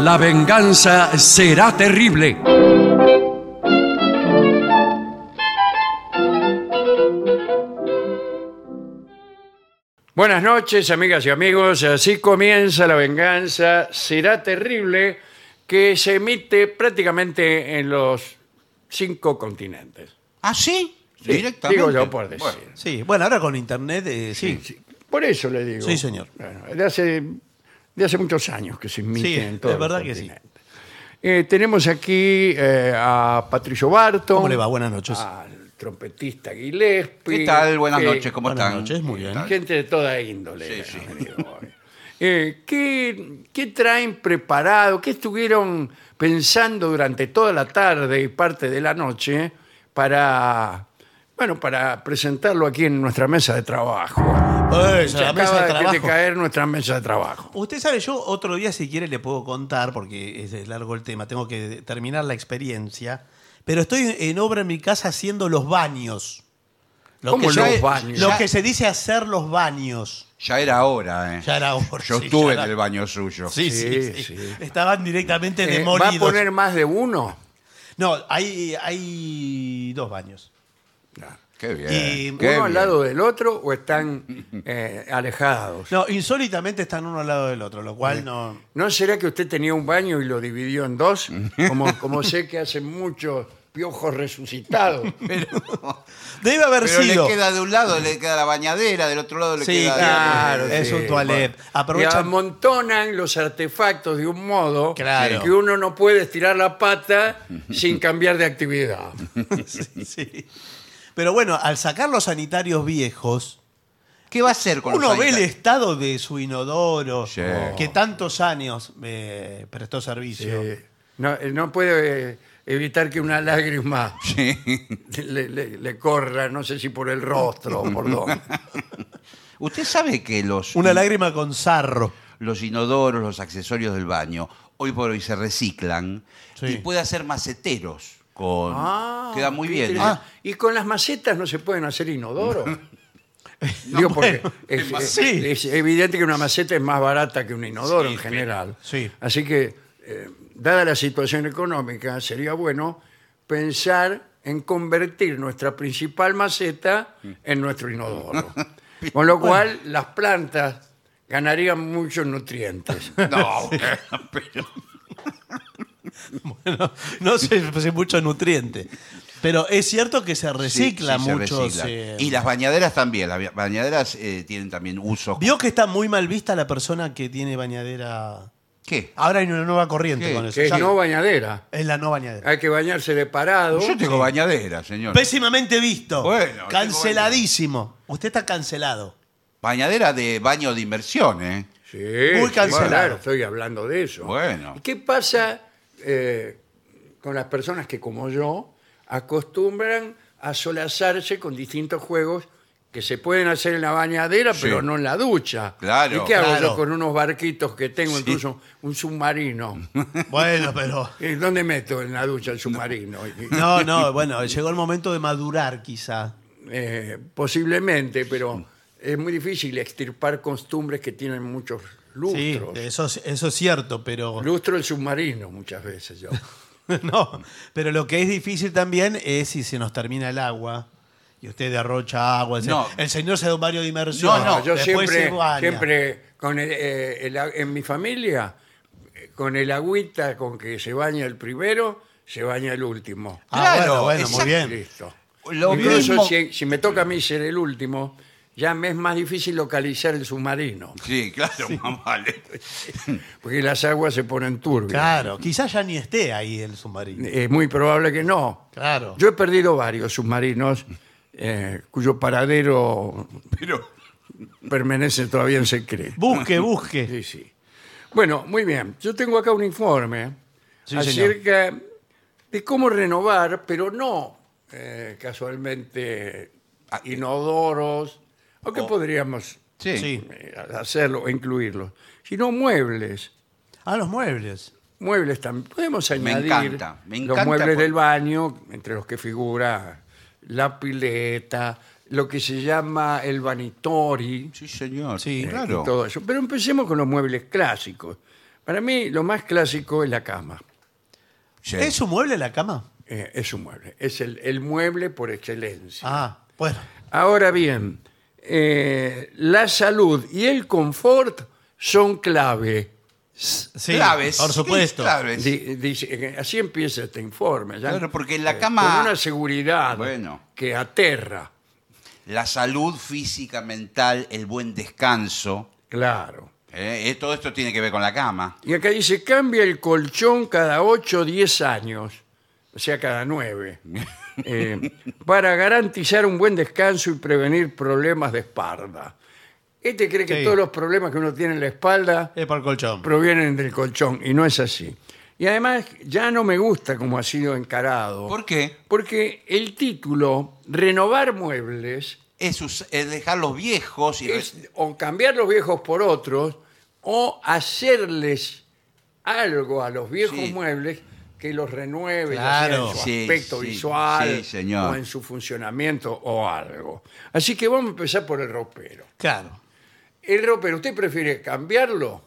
La venganza será terrible. Buenas noches, amigas y amigos. Así comienza La venganza será terrible, que se emite prácticamente en los cinco continentes. ¿Ah, sí? Sí, Directamente. digo yo por decir. Bueno, sí, bueno, ahora con internet, eh, sí. Sí, Por eso le digo. Sí, señor. Bueno, de, hace, de hace muchos años que se emite Sí, en todo Eh, es verdad que tenemos aquí eh, a Patricio Barton. ¿Cómo le va? Buenas noches. Al trompetista Gillespie. ¿Qué tal? Buenas que- noches, ¿cómo Buenas están? noches, muy bien. Gente de toda índole. Sí, ha sí. venido hoy. Eh, ¿qué, qué traen preparado? ¿Qué estuvieron pensando durante toda la tarde y parte de la noche para, bueno, para presentarlo aquí en nuestra mesa de trabajo? Eh, Se la mesa acaba de trabajo. de caer nuestra mesa de trabajo. Usted sabe, yo otro día si quiere le puedo contar, porque es- es largo el tema, tengo que terminar la experiencia, pero estoy en obra en mi casa haciendo los baños. Lo ¿Cómo que se- los baños? Lo Ya- que se dice hacer los baños. Ya era hora, ¿eh? Ya era hora, Yo sí, ya estuve era- en el baño suyo. Sí, sí, Sí, sí, sí. Estaban directamente Eh, ¿Va demolidos. a poner más de uno? No, hay, hay dos baños. Qué bien. Y qué ¿Uno al bien. lado del otro o están eh, alejados? No, insólitamente están uno al lado del otro, lo cual no... ¿No será que usted tenía un baño y lo dividió en dos? Como, como sé que hacen muchos piojos resucitados. Debe haber Pero sido. le queda de un lado, le queda la bañadera, del otro lado le Sí, queda... claro, claro, es sí, un toilet. eh, Y Aprovechan. amontonan los artefactos de un modo Claro. que uno no puede estirar la pata sin cambiar de actividad. Sí, sí. Pero bueno, al sacar los sanitarios viejos, ¿Qué va a hacer con uno los ve el sanitarios? estado de su inodoro, Sí. que tantos años eh, prestó servicio. Eh, no, eh, no puede eh, evitar que una lágrima le, le- le corra, no sé si por el rostro o por dónde. Usted sabe que los, Una lágrima con sarro. los inodoros, los accesorios del baño, hoy por hoy se reciclan Sí. y puede hacer maceteros con... Ah, queda muy qué bien. ¿eh? interesante. Y con las macetas no se pueden hacer inodoro. Digo, porque bueno, es, es- es- sí. es evidente que una maceta es más barata que un inodoro en general. sí. Así que, eh, dada la situación económica, sería bueno pensar en convertir nuestra principal maceta Mm. en nuestro inodoro. Con lo cual, las plantas ganarían muchos nutrientes. No, pero... Bueno, no sé si mucho nutriente. Pero es cierto que se recicla Sí, sí, se mucho. reciclan. Y las bañaderas también, las bañaderas eh, tienen también usos. Vio que está muy mal vista la persona que tiene bañadera. ¿Qué? Ahora hay una nueva corriente Sí, con eso. Que es Ya- no bañadera. es la no bañadera. Hay que bañarse de parado. Yo tengo bañadera, señor. Pésimamente visto. Bueno, Canceladísimo. Usted está cancelado. Bañadera de baño de inversión, ¿eh? Sí, Muy sí, cancelado. claro, estoy hablando de eso. Bueno. ¿Y ¿Qué pasa eh, con las personas que, como yo, acostumbran a solazarse con distintos juegos que se pueden hacer en la bañadera, Sí. pero no en la ducha? Claro. ¿Y qué hago yo Claro. con unos barquitos que tengo, incluso un submarino? Bueno, pero. ¿Y ¿Dónde meto en la ducha el submarino? Y- No, no, bueno, llegó el momento de madurar, quizá. eh, posiblemente, pero es muy difícil extirpar costumbres que tienen muchos Sí, lustros. eso, es- eso es cierto, pero. Lustro el submarino muchas veces yo. No, pero lo que es difícil también es si se nos termina el agua y usted derrocha agua. No. se- El señor se da un baño de inmersión. No, no, yo después siempre, se baña. siempre con el, eh, el a- en mi familia, eh, con el agüita con que se baña el primero, se baña el último. Ah, bueno, Claro, bueno, exacto. muy bien. Listo. Lo Incluso mismo- si, si me toca a mí ser el último, ya me es más difícil localizar el submarino, Sí, claro, más vale. porque las aguas se ponen turbias. Claro, quizás ya ni esté ahí el submarino. Es muy probable que no. Claro. Yo he perdido varios submarinos eh, cuyo paradero Pero permanece todavía en secreto. Busque, busque. Sí, sí. Bueno, muy bien. Yo tengo acá un informe Sí, acerca de cómo renovar, pero no eh, casualmente inodoros, o que podríamos sí. Sí. eh, hacerlo o incluirlos, sino muebles. Ah, los muebles. Muebles también. Podemos Me añadir encanta, me los encanta muebles por- del baño, entre los que figura la pileta, lo que se llama el vanitori. Sí, señor. Eh, Sí. Sí, y claro. todo eso. Pero empecemos con los muebles clásicos. Para mí, lo más clásico es la cama. Sí. ¿Es un mueble la cama? Eh, es un mueble. Es el, el mueble por excelencia. Ah, bueno. Ahora bien, eh, la salud y el confort son clave. Sí, Claves. Por supuesto. Claves. Di- dice- así empieza este informe. ¿ya? Eh, Claro, porque en la Con cama una seguridad Bueno. que aterra, la salud física, mental, el buen descanso, claro. eh, eh, todo esto tiene que ver con la cama. Y acá dice, cambia el colchón cada 8 o 10 años, o sea, cada 9, para garantizar un buen descanso y prevenir problemas de espalda. Este cree que Sí. todos los problemas que uno tiene en la espalda Es por colchón. provienen del colchón, y no es así. Y además, ya no me gusta como ha sido encarado. ¿Por qué? Porque el título, renovar muebles, Es, us- es dejar los viejos y es o cambiar los viejos por otros o hacerles algo a los viejos Sí. muebles que los renueve ya Claro. sea en su Sí, aspecto sí, visual sí, señor. o en su funcionamiento o algo. Así que vamos a empezar por el ropero. Claro. El ropero, ¿usted prefiere cambiarlo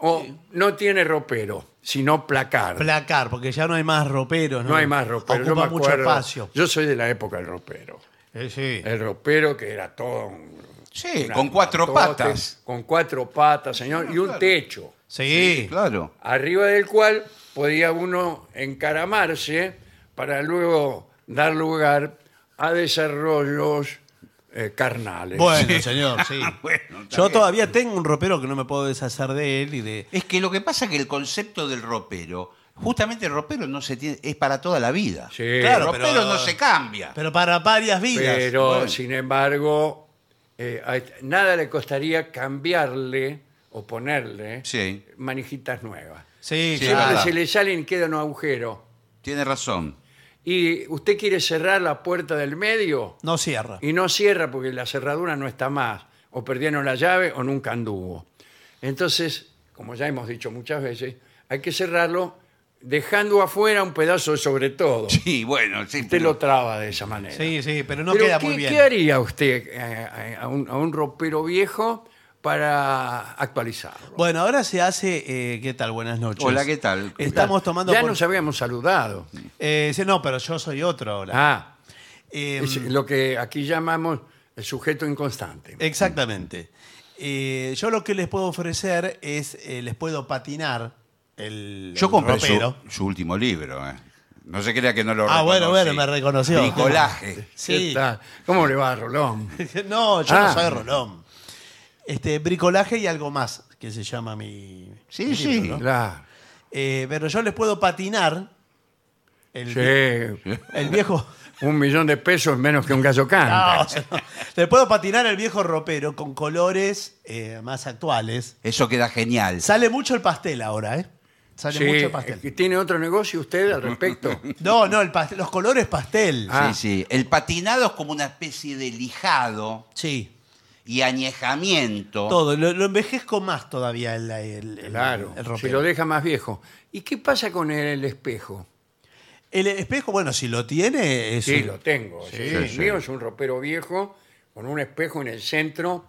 o no tiene ropero, sino placar? Placar, porque ya no hay más roperos. no hay más ropero. yo Ocupa me mucho acuerdo- espacio. Yo soy de la época del ropero. Eh, sí. El ropero que era todo un Sí, Una- Eh, con cuatro matote, patas. Con cuatro patas, señor, y un techo, Sí. Claro. arriba del cual podía uno encaramarse para luego dar lugar a desarrollos eh, carnales. Bueno, señor, sí. Bueno, está Yo bien. todavía tengo un ropero que no me puedo deshacer de él y de. Es que lo que pasa es que el concepto del ropero, justamente el ropero no se tiene, es para toda la vida. Sí, El claro, ropero pero- no se cambia. Pero para varias vidas. pero bueno. sin embargo, eh, a- nada le costaría cambiarle o ponerle Sí. manijitas nuevas. Sí, Sí, Siempre claro. verdad. se le salen, queda un agujero. Tiene razón. Y usted quiere cerrar la puerta del medio, No cierra. y no cierra porque la cerradura no está más, o perdieron la llave o nunca anduvo. Entonces, como ya hemos dicho muchas veces, hay que cerrarlo dejando afuera un pedazo de sobre todo. Sí, bueno, sí. Usted pero- lo traba de esa manera. Sí, sí, pero no Pero queda ¿qué, muy bien. ¿Qué haría usted eh, a, un, a un ropero viejo para actualizarlo? Bueno, ahora se hace. eh, ¿Qué tal? Buenas noches. Hola, ¿qué tal? Estamos tomando. ya por- nos habíamos saludado. Eh, sí, no, pero yo soy otro ahora. Ah, Eh, es lo que aquí llamamos el sujeto inconstante. Exactamente. Eh, yo lo que les puedo ofrecer es. eh, les puedo patinar el. Yo el compré su, ropero. su último libro. eh. No se crea que no lo Ah, bueno, reconocí. bueno, me reconoció. Mi colaje. ¿Qué Sí. tal? ¿Cómo le va, Rolón? No, yo Ah. no soy Rolón. Este, bricolaje y algo más, que se llama mi. Sí, mi sí. libro, ¿no? Claro. Eh, pero yo les puedo patinar el, Sí, el viejo. un millón de pesos es menos que un gallo No, canta. o sea, no. Les puedo patinar el viejo ropero con colores eh, más actuales. Eso queda genial. Sale mucho el pastel ahora, ¿eh? Sale Sí, mucho el ¿y pastel. ¿Tiene otro negocio usted al respecto? No, no, el pastel- los colores pastel. Ah. Sí, sí. El patinado es como una especie de lijado Sí, y añejamiento. todo. Lo, lo envejezco más todavía el, el, el- Claro, el si ropero. lo deja más viejo. ¿Y qué pasa con el, el espejo? El espejo, bueno, si lo tiene, es Sí, un- lo tengo. sí. Sí, El sí. mío es un ropero viejo con un espejo en el centro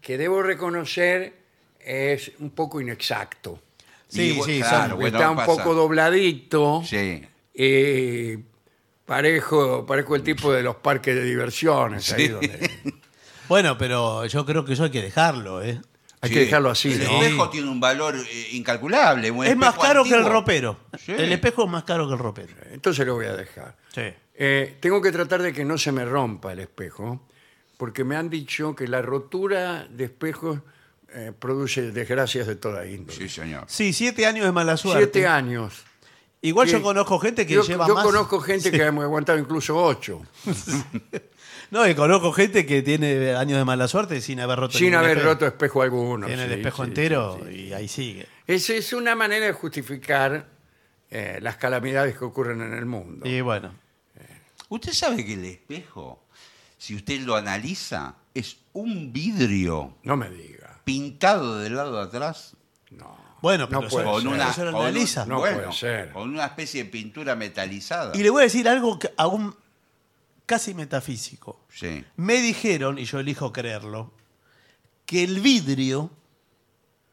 que debo reconocer es un poco inexacto. Sí, bu- sí, claro, son- bueno, Está un pasa. poco dobladito. Sí. eh, parejo, parejo el tipo de los parques de diversiones, ahí donde Bueno, pero yo creo que eso hay que dejarlo, ¿eh? hay Sí. que dejarlo así, El ¿no? espejo tiene un valor eh, incalculable. un es más espejo caro que el antiguo. ropero. Sí. El espejo es más caro que el ropero. Entonces lo voy a dejar. Sí. Eh, tengo que tratar de que no se me rompa el espejo, porque me han dicho que la rotura de espejos eh, produce desgracias de toda índole. Sí, señor. Sí, siete años es mala suerte. Siete años. Igual Sí. yo conozco gente que yo lleva yo más. conozco gente que ha aguantado incluso ocho, No, y conozco gente que tiene años de mala suerte sin haber roto sin ningún haber espejo. roto espejo alguno. Tiene el Sí, espejo sí, entero sí, sí. y ahí sigue. Esa es una manera de justificar eh, las calamidades que ocurren en el mundo. Y bueno. Usted sabe que el espejo, si usted lo analiza, es un vidrio No me diga. pintado del lado de atrás No. Bueno, No pero puede eso, ser. con una, eso lo con un- analiza. No bueno, puede ser. con una especie de pintura metalizada. Y le voy a decir algo que aún casi metafísico. Sí. Me dijeron, y yo elijo creerlo, que el vidrio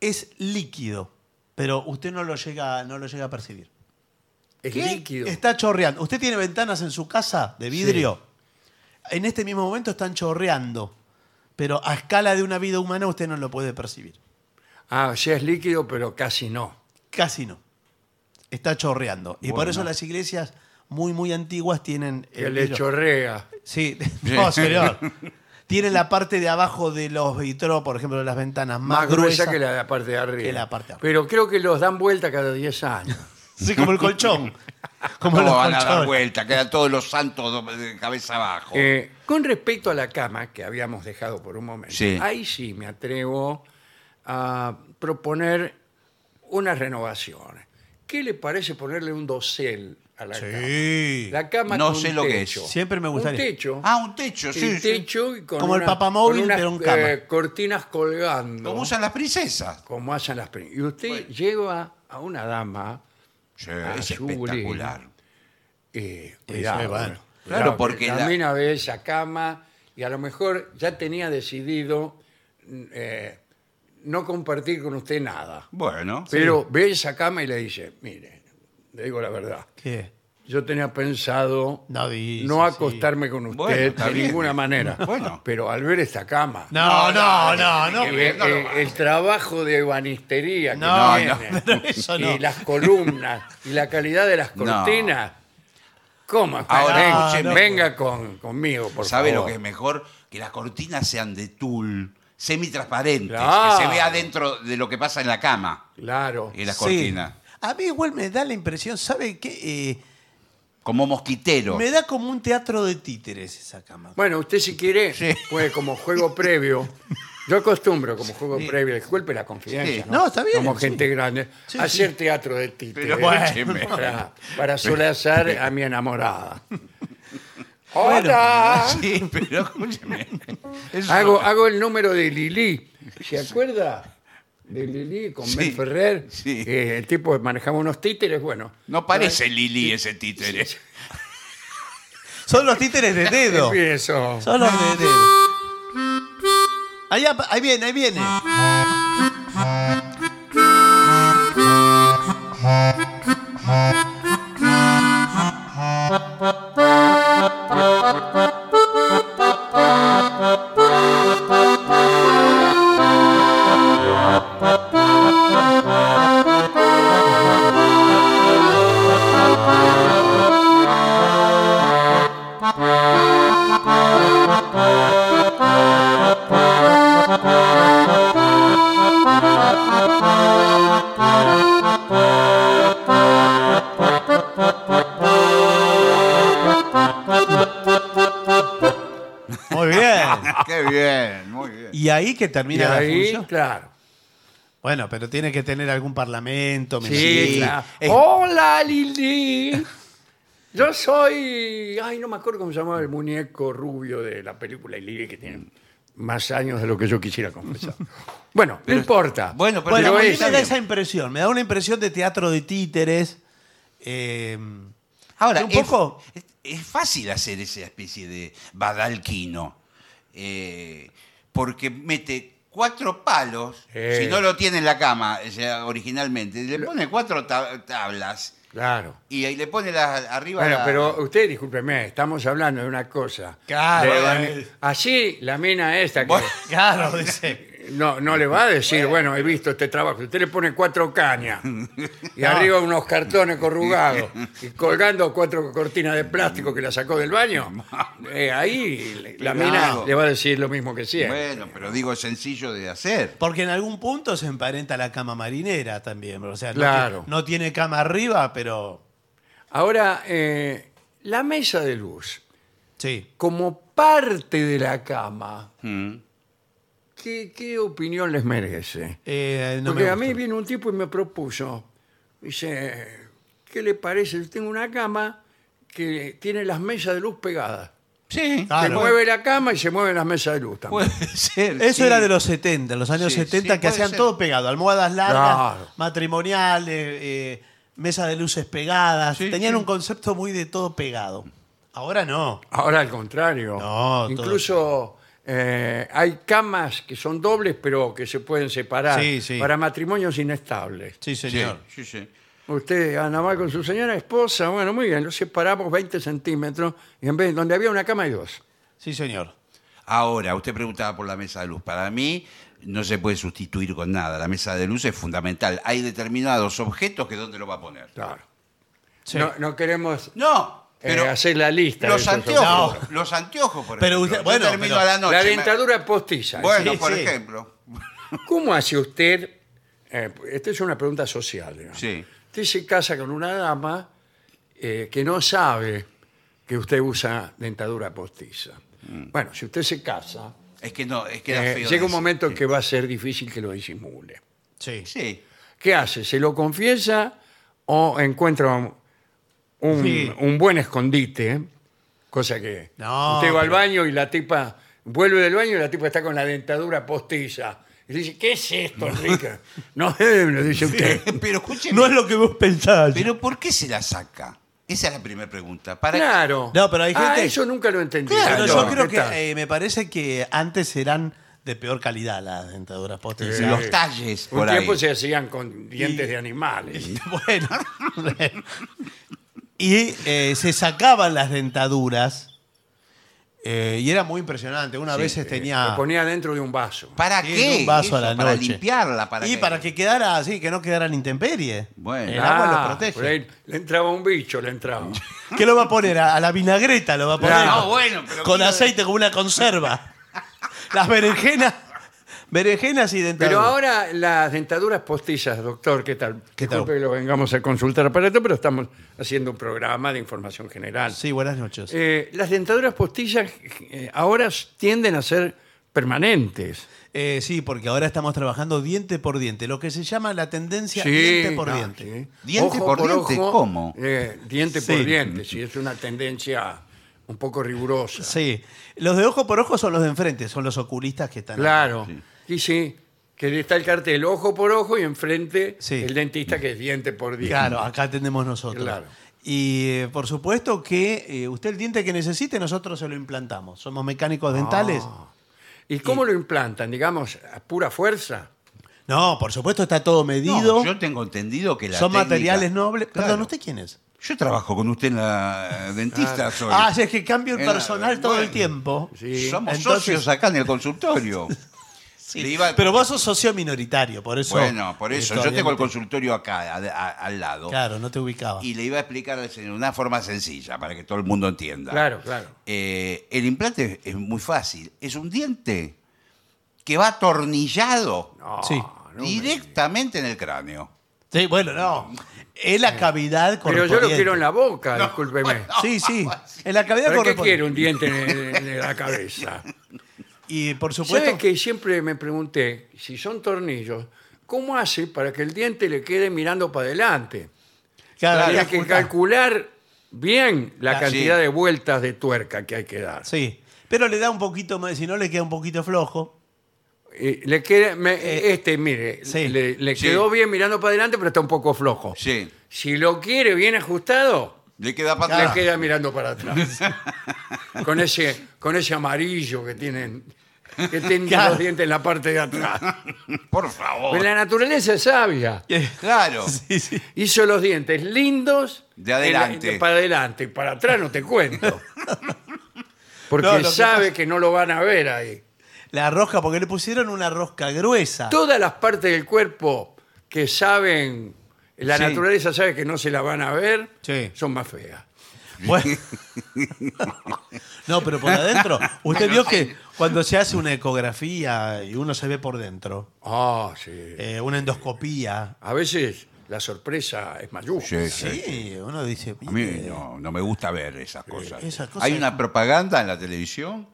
es líquido. pero usted no lo llega, no lo llega a percibir. Es ¿Qué? líquido. Está chorreando. Usted tiene ventanas en su casa de vidrio. En este mismo momento están chorreando. Pero a escala de una vida humana usted no lo puede percibir. Ah, o sea, es líquido, pero casi no. Casi no. Está chorreando. Y por Bueno. eso las iglesias muy, muy antiguas tienen... Que el le vidrio- chorrea. Sí, no, señor. Tienen la parte de abajo de los vitros, por ejemplo, de las ventanas más, Más, gruesa, gruesas que la de la parte de arriba. que la parte de arriba. Pero creo que los dan vuelta cada 10 años. Sí, como el colchón. Como ¿Cómo los van a dar colchones. vuelta? Quedan todos los santos do- de cabeza abajo. Eh, con respecto a la cama, que habíamos dejado por un momento, Sí. ahí sí me atrevo a proponer unas renovaciones. ¿Qué le parece ponerle un dosel a la cama? Sí. La cama No con sé un lo que techo. es. Siempre me gustaría. Un techo. ah, un techo, sí. un sí. techo y con Como el una- papamóvil, con unas, pero en cama. eh, cortinas colgando. Como usan las princesas. como hacen las prim- Y usted Bueno. lleva a una dama, Sí, Ah, es Julie. espectacular. eh, sí, cuidado, bueno. eh, Claro, cuidado, porque la, la- mina ve esa cama y a lo mejor ya tenía decidido mm, eh, no compartir con usted nada. Bueno, Pero ve esa cama y le dice, mire, le digo la verdad, ¿Qué? yo tenía pensado No dice, no sí. acostarme con usted Bueno, está de bien. ninguna manera. Bueno. Pero al ver esta cama... No, no, no, y, no. eh, no lo eh, hagas. el trabajo de banistería que No, tiene. no, pero eso Ah, no. y las columnas y la calidad de las No. cortinas. ¿Cómo? Ahora, venga, escúcheme. venga con, conmigo, por ¿sabe favor. lo que es mejor? Que las cortinas sean de tul, semitransparentes, Claro. que se vea dentro de lo que pasa en la cama Claro. y las Sí. cortinas. A mí igual me da la impresión, ¿sabe qué? Eh, Como mosquitero. me da como un teatro de títeres esa cama. Bueno, usted si quiere, puede como juego previo. Yo acostumbro como juego previo, disculpe la confidencia. Sí. ¿no? No, está bien, Como sí. gente grande. Sí, hacer teatro de títere. Pero bueno. escúcheme. para, para solazar a mi enamorada. ¡Hola! Sí, pero escúcheme. Eso- Hago, hago el número de Lili. ¿Se acuerda? De Lili con Sí, Ben Ferrer. sí. Eh, el tipo manejaba unos títeres, bueno. No parece Lili ese títere. Son los títeres de dedo. Empiezo. Son los de dedo. Ahí, ap- ahí viene, ahí viene. Muy bien. Qué bien, muy bien. Y ahí que Y termina la ahí, función. claro. Bueno, pero tiene que tener algún parlamento. me Sí, imagino. claro. Eh. Es- Hola, Lili. Yo soy. Ay, no me acuerdo cómo se llamaba el muñeco rubio de la película Lili, que tiene más años de lo que yo quisiera confesar. Bueno, no importa. bueno, pero- Bueno, a mí es- me da esa impresión. Me da una impresión de teatro de títeres. eh, Ahora, de un poco. Es, es fácil hacer esa especie de badalquino. eh, porque mete cuatro palos, Eh. si no lo tiene en la cama o sea, originalmente, le pone cuatro ta- tablas Claro. y ahí le pone las arriba. Bueno, la- pero usted, discúlpeme, estamos hablando de una cosa. Claro, De- bueno. así la mina esta que Bueno. Claro, dice. no, no le va a decir, bueno, he visto este trabajo. Usted le pone cuatro cañas y arriba unos cartones corrugados y colgando cuatro cortinas de plástico que la sacó del baño. eh, ahí le- la mina Claro. le va a decir lo mismo que siempre. Bueno, pero digo, es sencillo de hacer. Porque en algún punto se emparenta la cama marinera también. O sea, no, Claro. ti- no tiene cama arriba, pero. Ahora, eh, la mesa de luz, Sí. como parte de la cama, Mm. ¿qué, qué opinión les merece? Eh, no Porque me a mí gusta. vino un tipo y me propuso, dice, ¿qué le parece? Yo tengo una cama que tiene las mesas de luz pegadas. Sí, Se Claro. mueve la cama y se mueven las mesas de luz también. puede ser. Eso sí. era de los 70, los años Sí, 70, que sí, puede hacían ser. todo pegado. Almohadas largas, Claro. matrimoniales, eh, mesa de luces pegadas. Sí, Tenían sí. un concepto muy de todo pegado. Ahora no. Ahora al contrario. No, todo- Incluso eh, hay camas que son dobles, pero que se pueden separar Sí, sí. para matrimonios inestables. Sí, señor. Sí, sí. Usted anda mal con su señora esposa, bueno, muy bien, lo separamos 20 centímetros y en vez donde había una cama hay dos. Sí, señor. Ahora, usted preguntaba por la mesa de luz. Para mí no se puede sustituir con nada. La mesa de luz es fundamental. Hay determinados objetos que dónde lo va a poner. Claro. Sí. No, no queremos No, eh, pero hacer la lista. de los esos anteojos, objetos. los anteojos, por Pero ejemplo. usted- Yo bueno, termino pero- a la noche. la me- dentadura postiza. Bueno, Sí, por sí. ejemplo. ¿Cómo hace usted? eh, esta es una pregunta social. digamos. Sí. Usted se casa con una dama eh, que no sabe que usted usa dentadura postiza. Bueno, si usted se casa, Es que no, es que era eh, Mm. feo llega un decir. momento en que va a ser difícil que lo disimule. Sí. Sí. ¿Qué hace? ¿Se lo confiesa o encuentra un, un- Sí. un buen escondite? Cosa que No, usted va al pero- baño y la tipa vuelve del baño y la tipa está con la dentadura postiza. Y dice, ¿qué es esto, Enrique? no, eh, le dice usted. Pero escúcheme. No es lo que vos pensás. Pero ¿por qué se la saca? Esa es la primera pregunta. ¿Para Claro. No, pero hay Ah, gente- eso nunca lo entendí. Claro, Claro. yo creo ¿Qué tal? que eh, me parece que antes eran de peor calidad las dentaduras postizas. Sí. los talles Un por ahí? tiempo se hacían con dientes de animales. Eh, Bueno. y eh, se sacaban las dentaduras. eh, y era muy impresionante. Una vez tenía. Lo ponía dentro de un vaso. ¿Para sí, qué? un vaso a Eso, la Para noche. limpiarla. Para y qué? para que quedara así, que no quedara en intemperie. Bueno. El agua Ah, lo por protege. ahí le entraba un bicho, le entraba. ¿Qué lo va a poner? A, a la vinagreta lo va a poner. No, bueno, pero con quiero- aceite, como una conserva. Las berenjenas. Berenjenas y Pero dentaduras. ahora las dentaduras postizas, doctor, ¿qué tal? ¿Qué tal? Disculpe que lo vengamos a consultar para esto, pero estamos haciendo un programa de información general. Sí, buenas noches. Eh, las dentaduras postizas eh, ahora tienden a ser permanentes. Eh, sí, porque ahora estamos trabajando diente por diente, lo que se llama la tendencia diente por no, diente. sí. Diente Ojo por diente, ¿cómo? eh, diente Sí. por diente, sí, es una tendencia un poco rigurosa. Sí. Los de ojo por ojo son los de enfrente, son los oculistas que están. Claro. Y sí, que está el cartel ojo por ojo y enfrente Sí. el dentista que es diente por diente. Claro, acá atendemos nosotros. Claro. Y eh, por supuesto que eh, usted el diente que necesite, nosotros se lo implantamos. Somos mecánicos dentales. ¿Y cómo lo implantan? Digamos, a pura fuerza. No, por supuesto está todo No, medido. yo tengo entendido que la son técnica- materiales nobles. Claro. Perdón, ¿usted quién es? Yo trabajo con usted en la eh, dentista. soy. Ah, sí, es que cambio el Era- personal todo el bueno. tiempo. Sí. Somos Entonces- socios acá en el consultorio. Le iba- Pero vos sos socio minoritario, por eso. bueno, por eh, eso. Yo todavía tengo no el consultorio acá, al, a- al lado. Claro, no te ubicaba. Y le iba a explicar al señor de una forma sencilla para que todo el mundo entienda. Claro, claro. Eh, el implante es muy fácil. Es un diente que va atornillado No, Sí. no me- directamente en el cráneo. Sí, bueno, no. Es la cavidad Pero correspondiente. yo lo quiero en la boca, discúlpeme. Sí, sí. En la cavidad ¿Para qué correspondiente. quiero un diente en, en- en la cabeza? Y por ¿Sabes supuesto. que siempre me pregunté, si son tornillos, ¿cómo hace para que el diente le quede mirando para adelante? Claro, Habría la que facultad. calcular bien la Ah, cantidad sí. de vueltas de tuerca que hay que dar. Sí. Pero le da un poquito más, si no le queda un poquito flojo. Eh, le queda, me- Eh, este, mire, sí. le, le Sí. quedó bien mirando para adelante, pero está un poco flojo. Sí. Si lo quiere bien ajustado, Le queda le para Ah. atrás. queda mirando para atrás. con, ese, con ese amarillo que tienen, que tienen Claro. Oh. los dientes en la parte de atrás. Por favor. Pero la naturaleza es sabia. Claro. Sí, sí. Hizo los dientes lindos De adelante. de- de- para adelante. Y para atrás no te cuento. Porque No, lo que sabe que no lo van a ver ahí. La rosca, porque le pusieron una rosca gruesa. todas las partes del cuerpo que saben, la Sí. naturaleza sabe que no se la van a ver, Sí. son más feas. Bueno. no, pero por adentro. Usted vio que cuando se hace una ecografía y uno se ve por dentro, Ah, sí. eh, una endoscopía. A veces la sorpresa es mayúscula. Sí, sí. Sí, uno dice. A mí "Mire". no, no me gusta ver esas cosas. esas cosas- Hay una propaganda en la televisión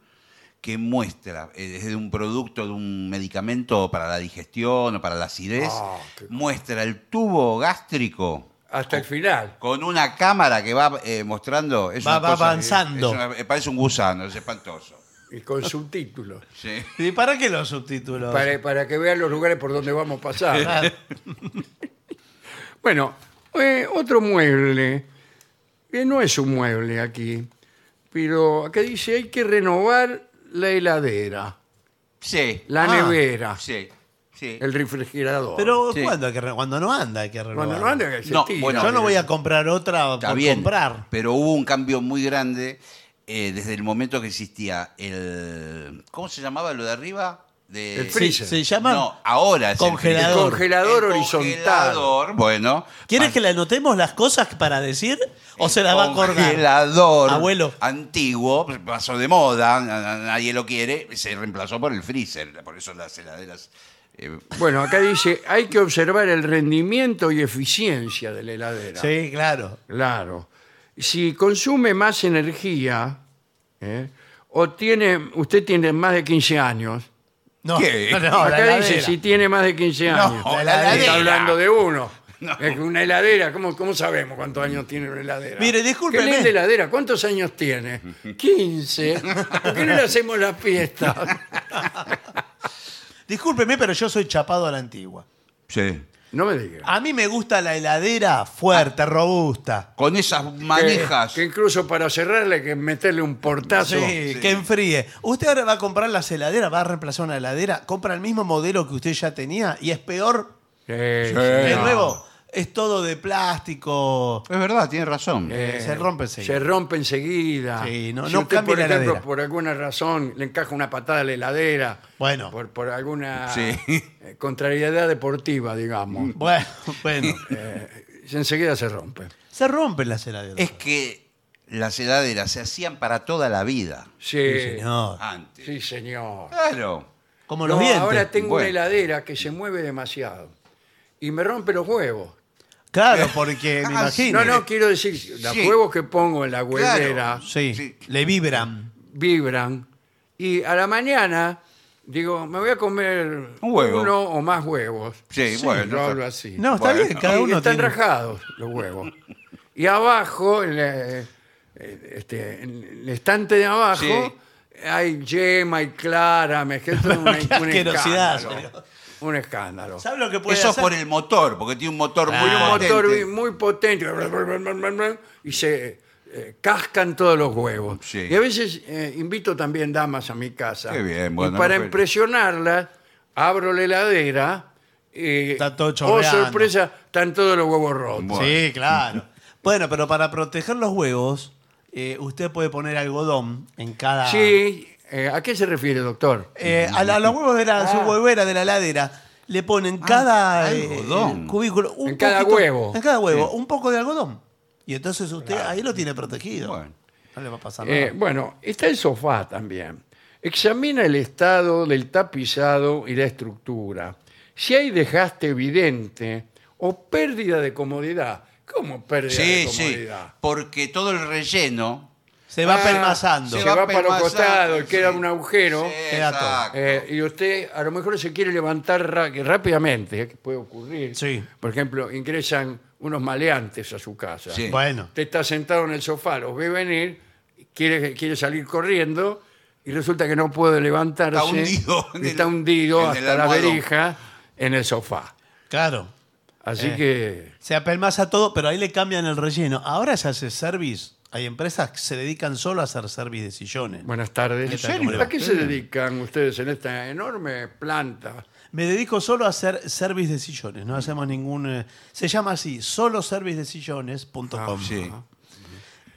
que muestra, eh, es de un producto, de un medicamento para la digestión o para la acidez, Ah, qué- muestra el tubo gástrico Hasta Oh. el final. con una cámara que va eh, mostrando... Es Va- una va cosa que- avanzando. es una- eh, parece un gusano, es espantoso. Y con subtítulos. Sí. ¿Y para qué los subtítulos? Para, para que vean los lugares por donde vamos a pasar. Claro. Bueno, eh, otro mueble, que no es un mueble aquí, pero acá dice hay que renovar la heladera, Sí. la Ah, nevera, Sí. Sí. el refrigerador. Pero Sí. ¿cuándo hay que re- cuando no anda hay que renovar. Cuando no anda, se No, tira. bueno, Yo no voy a comprar otra Está por bien, comprar. pero hubo un cambio muy grande eh, desde el momento que existía el... ¿Cómo se llamaba lo de arriba? De, El Sí, freezer. se llama. No, ahora es el Congelador. freezer. El congelador El horizontal. congelador, bueno. ¿Quieres que le anotemos las cosas para decir o se las va a colgar? Congelador Abuelo. antiguo, pasó de moda, na- na- nadie lo quiere, se reemplazó por el freezer. Por eso las heladeras... eh, Bueno, acá dice, hay que observar el rendimiento y eficiencia de la heladera. Sí, claro. Claro. Si consume más energía, ¿eh? o tiene, usted tiene más de 15 años. No, ¿Qué? no, no, la acá dice, heladera. si tiene más de 15 años. la Está heladera. hablando de uno. Es que una heladera, ¿cómo, cómo sabemos cuántos años tiene una heladera? Mire, discúlpeme. ¿Qué linda heladera? ¿Cuántos años tiene? 15. ¿Por qué no le hacemos la fiesta? Discúlpeme, pero yo soy chapado a la antigua. sí. No me digas. A mí me gusta la heladera fuerte, robusta. Con esas manijas... Que, que incluso para cerrarle hay que meterle un portazo. Sí, sí. que enfríe. Usted ahora va a comprar las heladeras, va a reemplazar una heladera, compra el mismo modelo que usted ya tenía y es peor. Sí, De sí. nuevo, es todo de plástico. Es verdad, tiene razón. Eh, se rompe enseguida. Se rompe enseguida. Sí, no- si no usted, cambie por la ejemplo, heladera. por alguna razón le encaja una patada a la heladera. Bueno. Por, por alguna Sí. eh, contrariedad deportiva, digamos. Bueno, bueno. Enseguida se rompe. Se rompen las heladeras. Es que las heladeras se hacían para toda la vida Sí, Sí, señor. antes. Sí, señor. Claro. Como los ah, No, dientes. ahora tengo una Bueno. heladera que se mueve demasiado y me rompe los huevos. Claro, porque me Ah, sí. imagino. No, no, quiero decir, los Sí. huevos que pongo en la huevera Claro. Sí, Sí. le vibran. vibran y a la mañana digo, me voy a comer huevo. uno o más huevos. Sí, bueno, Yo está- hablo así. No, está Bueno. bien, cada Y uno están tiene- rajados los huevos. Y abajo, en, la- eh, este, en el estante de abajo, hay yema y clara, me es una, un Qué asquerosidad, escándalo. señor. Un escándalo. ¿Sabe lo que puede Eso es hacer? por el motor, porque tiene un motor Ah. muy Tiene un Un motor potente. muy potente y se eh, cascan todos los huevos. Sí. Y a veces eh, invito también damas a mi casa. Qué bien, y bueno, para pero- impresionarlas, abro la heladera. y, Está todo oh, chorreando. sorpresa, están todos los huevos rotos. Bueno. Sí, claro. bueno, pero para proteger los huevos, eh, usted puede poner algodón en cada. Sí, eh, ¿a qué se refiere, doctor? Eh, a, la- a los huevos de la, Ah. su huevera, de la ladera, le ponen cada eh, algodón. cubículo. un En cada poquito- huevo. En cada huevo, un poco de algodón. Y entonces usted ahí lo tiene protegido. Bueno. No le va a Ah, pasar nada. Eh, bueno, está el sofá también. Examina el estado del tapizado y la estructura. Si hay desgaste evidente o pérdida de comodidad. ¿Cómo pérdida de Sí, sí. comodidad? Porque todo el relleno se va Ah, permazando. se va para los pelmazando, costados, queda un agujero. Queda todo. exacto. Eh, y usted a lo mejor se quiere levantar ra- rápidamente, eh, que puede ocurrir. Sí. Por ejemplo, ingresan unos maleantes a su casa. Sí. Bueno. Usted está sentado en el sofá, los ve venir, quiere, quiere salir corriendo y resulta que no puede levantarse. Está hundido en y está el- hundido en el hasta la almohadón. verija en el sofá. Claro. Así Eh. que Se apelmaza todo, pero ahí le cambian el relleno. Ahora se hace service. Hay empresas que se dedican solo a hacer service de sillones. buenas tardes. ¿En serio? ¿A qué se dedican ustedes en esta enorme planta? Me dedico solo a hacer service de sillones. No hacemos ningún. eh, se llama así, soloservicedesillones.com. Ah, Sí.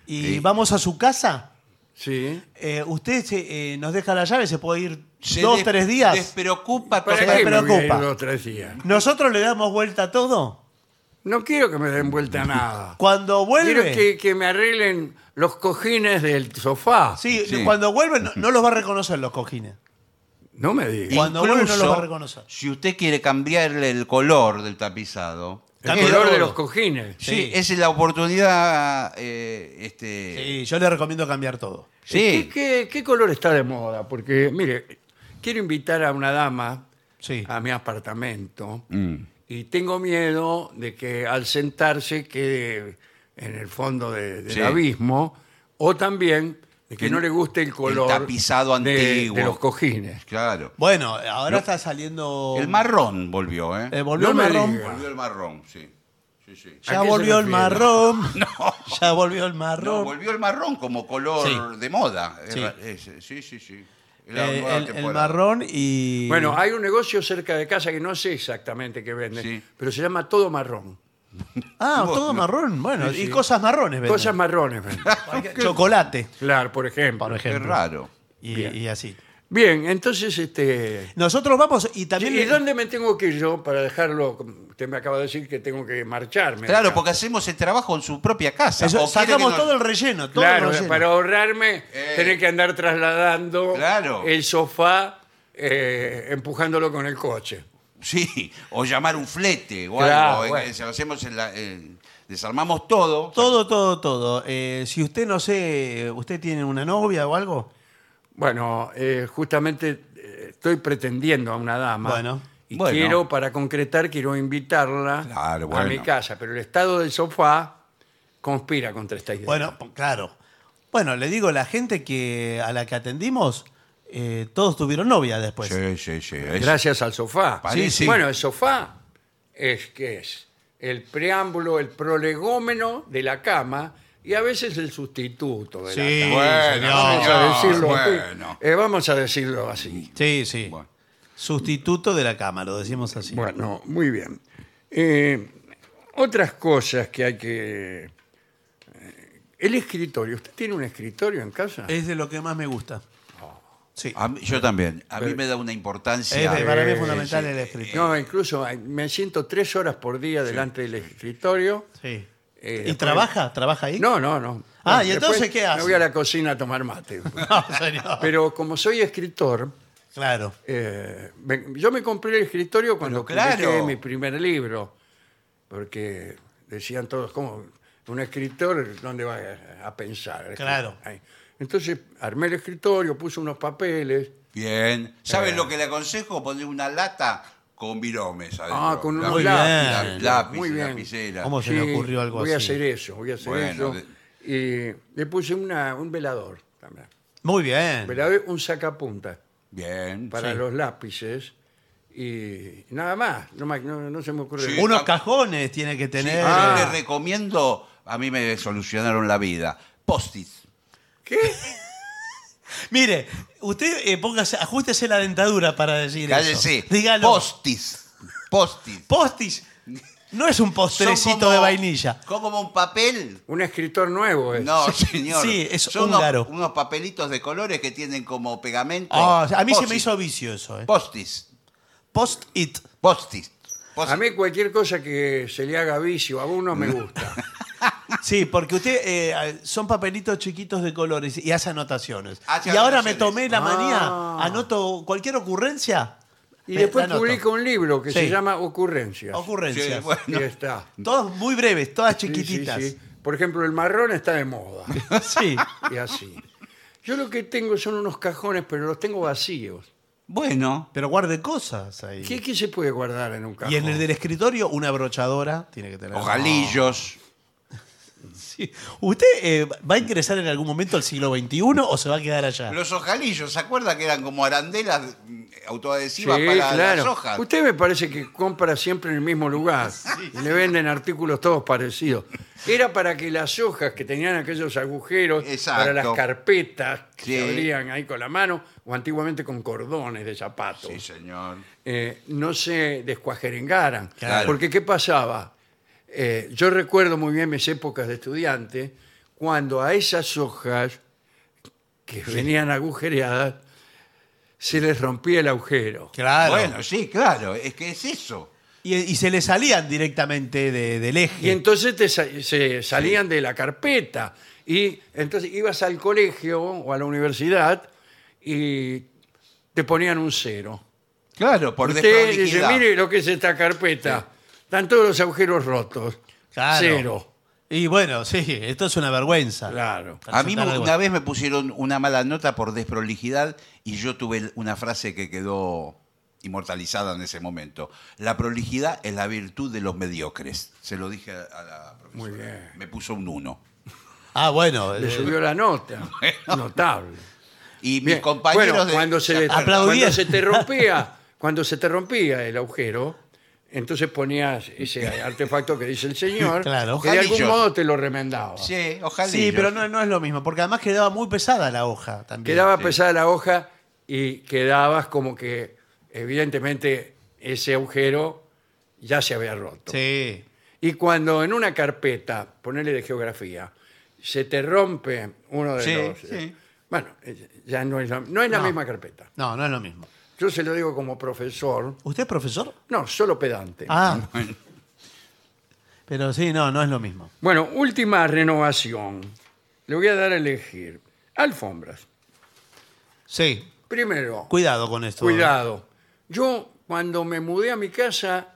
Y Sí. vamos a su casa. Sí. eh, usted se- eh, nos deja la llave, se puede ir Se dos, des- tres días. Despreocupa ¿Para Se qué me voy a ir preocupa. dos, tres días? Nosotros le damos vuelta a todo. No quiero que me den vuelta a nada. Cuando Quiero vuelve. que, que me arreglen los cojines del sofá. Sí, Sí. cuando vuelve no, no los va a reconocer los cojines. No me digas. Cuando vuelve no lo va a Incluso, reconocer. Si usted quiere cambiarle el color del tapizado, El Cambia color de todo. los cojines. sí, Sí. es la oportunidad. eh, este, Sí, yo le recomiendo cambiar todo. ¿Qué, qué, qué color está de moda? Porque, mire, quiero invitar a una dama Sí. a mi apartamento Mm. y tengo miedo de que al sentarse quede en el fondo de- del Sí. abismo o también de que El- no le guste el color tapizado de- antiguo. de los cojines. Claro. Bueno, ahora está saliendo. El marrón volvió, ¿eh? Oh. Eh, volvió No el me marrón. diga. Volvió el marrón, sí. Sí, sí. ¿A qué Ya se volvió el refiere? marrón. Ya volvió el No, marrón. volvió el marrón como color Sí. de moda. Es Sí. ra- es- Sí. sí, sí, la Eh, nueva el, el temporada. marrón y. Bueno, hay un negocio cerca de casa que no sé exactamente qué vende, Sí. pero se llama Todo Marrón. Ah, Vos, todo no. marrón. Bueno, y cosas marrones. venden. Cosas marrones vende. Cualquier- Chocolate, Claro, por ejemplo. por Qué ejemplo. raro. Y, Bien. y así. Bien, entonces, este... Nosotros vamos y también. eh, ¿Y dónde me tengo que ir yo para dejarlo? Usted me acaba de decir que tengo que marcharme. Claro, porque hacemos el trabajo en su propia casa. Eso, O quiere sacamos que nos- todo el relleno. Todo Claro, el relleno. para ahorrarme Eh. tener que andar trasladando Claro. el sofá, eh, empujándolo con el coche. Sí, o llamar un flete o Claro, algo. eh, bueno. que se lo hacemos en la- eh, desarmamos todo. Todo, todo, todo. Eh, si usted no sé, ¿usted tiene una novia o algo? Bueno, eh, justamente eh, estoy pretendiendo a una dama. Bueno. Y Bueno. quiero, para concretar, quiero invitarla Claro, a bueno. mi casa. Pero el estado del sofá conspira contra esta idea. Bueno, po- claro. Bueno, le digo, la gente que a la que atendimos, eh, todos tuvieron novia después. Sí, sí, sí. es- Gracias al sofá. Parece- Sí, sí. Bueno, el sofá es que es el preámbulo, el prolegómeno de la cama y a veces el sustituto de Sí, la cama. Bueno, señor. vamos a decirlo Ah, bueno. así. Eh, vamos a decirlo así. Sí, sí. Bueno. Sustituto de la cama, lo decimos así. Bueno, muy bien. Eh, otras cosas que hay que... eh, El escritorio. ¿Usted tiene un escritorio en casa? Es de lo que más me gusta. Oh. Sí. A mí- yo también. A mí Pero- me da una importancia. Es de- para mí Ah, es sí, fundamental sí. el escritorio. No, incluso ay, me siento tres horas por día delante del escritorio. Sí. Eh, ¿Y después- trabaja? ¿Trabaja ahí? No, no, no. Ah, ¿y Después entonces qué hace? Me voy a la cocina a tomar mate. No, señor. Pero como soy escritor, Claro. eh, me- yo me compré el escritorio cuando Pero claro. publiqué mi primer libro. Porque decían todos, ¿cómo? Un escritor, ¿dónde va a pensar? Claro. Ahí. Entonces armé el escritorio, puse unos papeles. Bien. ¿Saben Eh. lo que le aconsejo? Poner una lata con viromes adentro. Ah, con unos Muy lápices. bien. Lá- lápiz, Muy bien. lapicera. ¿Cómo se le ocurrió algo voy a así? hacer eso, voy a hacer Bueno, eso. Y le puse una- un velador también. Muy bien. Velador, un sacapuntas. Bien. para Sí. los lápices y nada más, no, ma- no- no se me ocurre. Sí. Uno- Unos cajones tiene que Sí, tener. Ah. Yo le recomiendo, a mí me solucionaron la vida. Postis. ¿Qué? Mire, usted eh, póngase, ajustese la dentadura para decir Cállese. eso. Dígalo. Postis. Postis. Postis. No es un Son postrecito como- de vainilla. Son como un papel. Un escritor nuevo es. No, señor. Sí, es Son húngaro. Unos, unos papelitos de colores que tienen como pegamento. Ah, a mí se Postis. me hizo vicio eso. eh. Postis. Post-it. Postis. Postis. A mí cualquier cosa que se le haga vicio a uno me gusta. Sí, porque usted eh, son papelitos chiquitos de colores y hace anotaciones. Hace y ahora me anotaciones. tomé la manía, Ah. anoto cualquier ocurrencia. Y me- después la anoto. publico un libro que Sí. se llama Ocurrencias. Ocurrencias. Sí, bueno. Y está. Todas muy breves, todas Sí, sí, chiquititas. sí. Por ejemplo, el marrón está de moda. Sí. Y así. Yo lo que tengo son unos cajones, pero los tengo vacíos. Bueno. Pero guarde cosas ahí. ¿Qué, qué se puede guardar en un cajón? Y en el del escritorio, una brochadora tiene que tener. O galillos. Sí. ¿Usted eh, va a ingresar en algún momento al siglo XXI o se va a quedar allá? Los ojalillos, ¿se acuerda que eran como arandelas mm, Sí, autoadhesivas para las hojas? Usted me parece que compra siempre en el mismo lugar. Y Le venden artículos todos parecidos. Era para que las hojas que tenían aquellos agujeros, para Exacto. las carpetas que Sí. se abrían ahí con la mano, o antiguamente con cordones de zapatos, Sí, señor. eh, no se descuajerengaran. Claro. Porque ¿qué pasaba? Eh, yo recuerdo muy bien mis épocas de estudiante, cuando a esas hojas que venían agujereadas, se les rompía el agujero. Claro. Bueno, sí, claro. Es que es eso. Y, y se le salían directamente de- del eje. Y entonces te sa- se salían de la carpeta. Y entonces ibas al colegio o a la universidad y te ponían un cero. Claro, por Usted dice, desprolijidad. mire lo que es esta carpeta. Están todos los agujeros rotos. Claro. Cero. Y bueno, sí, esto es una vergüenza. Claro. Para A mí me- sentar una algo. vez me pusieron una mala nota por desprolijidad y yo tuve una frase que quedó inmortalizada en ese momento. La prolijidad es la virtud de los mediocres. Se lo dije a a la profesora. Muy bien. Me puso un uno. Ah, bueno. Le eh, subió la nota. Notable. Y mis Bien. compañeros Bueno, de- cuando se, acuerdan? Aplaudí. cuando se te rompía, cuando se te rompía el agujero, entonces ponías ese artefacto que dice el señor, Claro, que de algún ojalillos. modo te lo remendaba. Sí, ojalá. sí, pero no, no es lo mismo, porque además quedaba muy pesada la hoja también. Quedaba sí. pesada la hoja y quedabas como que evidentemente ese agujero ya se había roto. Sí. Y cuando en una carpeta, ponerle de geografía, se te rompe uno de Sí, los... sí. Bueno, eh, ya no es la, no es la No. misma carpeta. No, no es lo mismo. Yo se lo digo como profesor, ¿Usted es profesor? no, solo pedante. Ah. Pero sí, no, no es lo mismo. Bueno, última renovación. Le voy a dar a elegir. Alfombras. Sí. Primero, Cuidado con esto. cuidado. Yo cuando me mudé a mi casa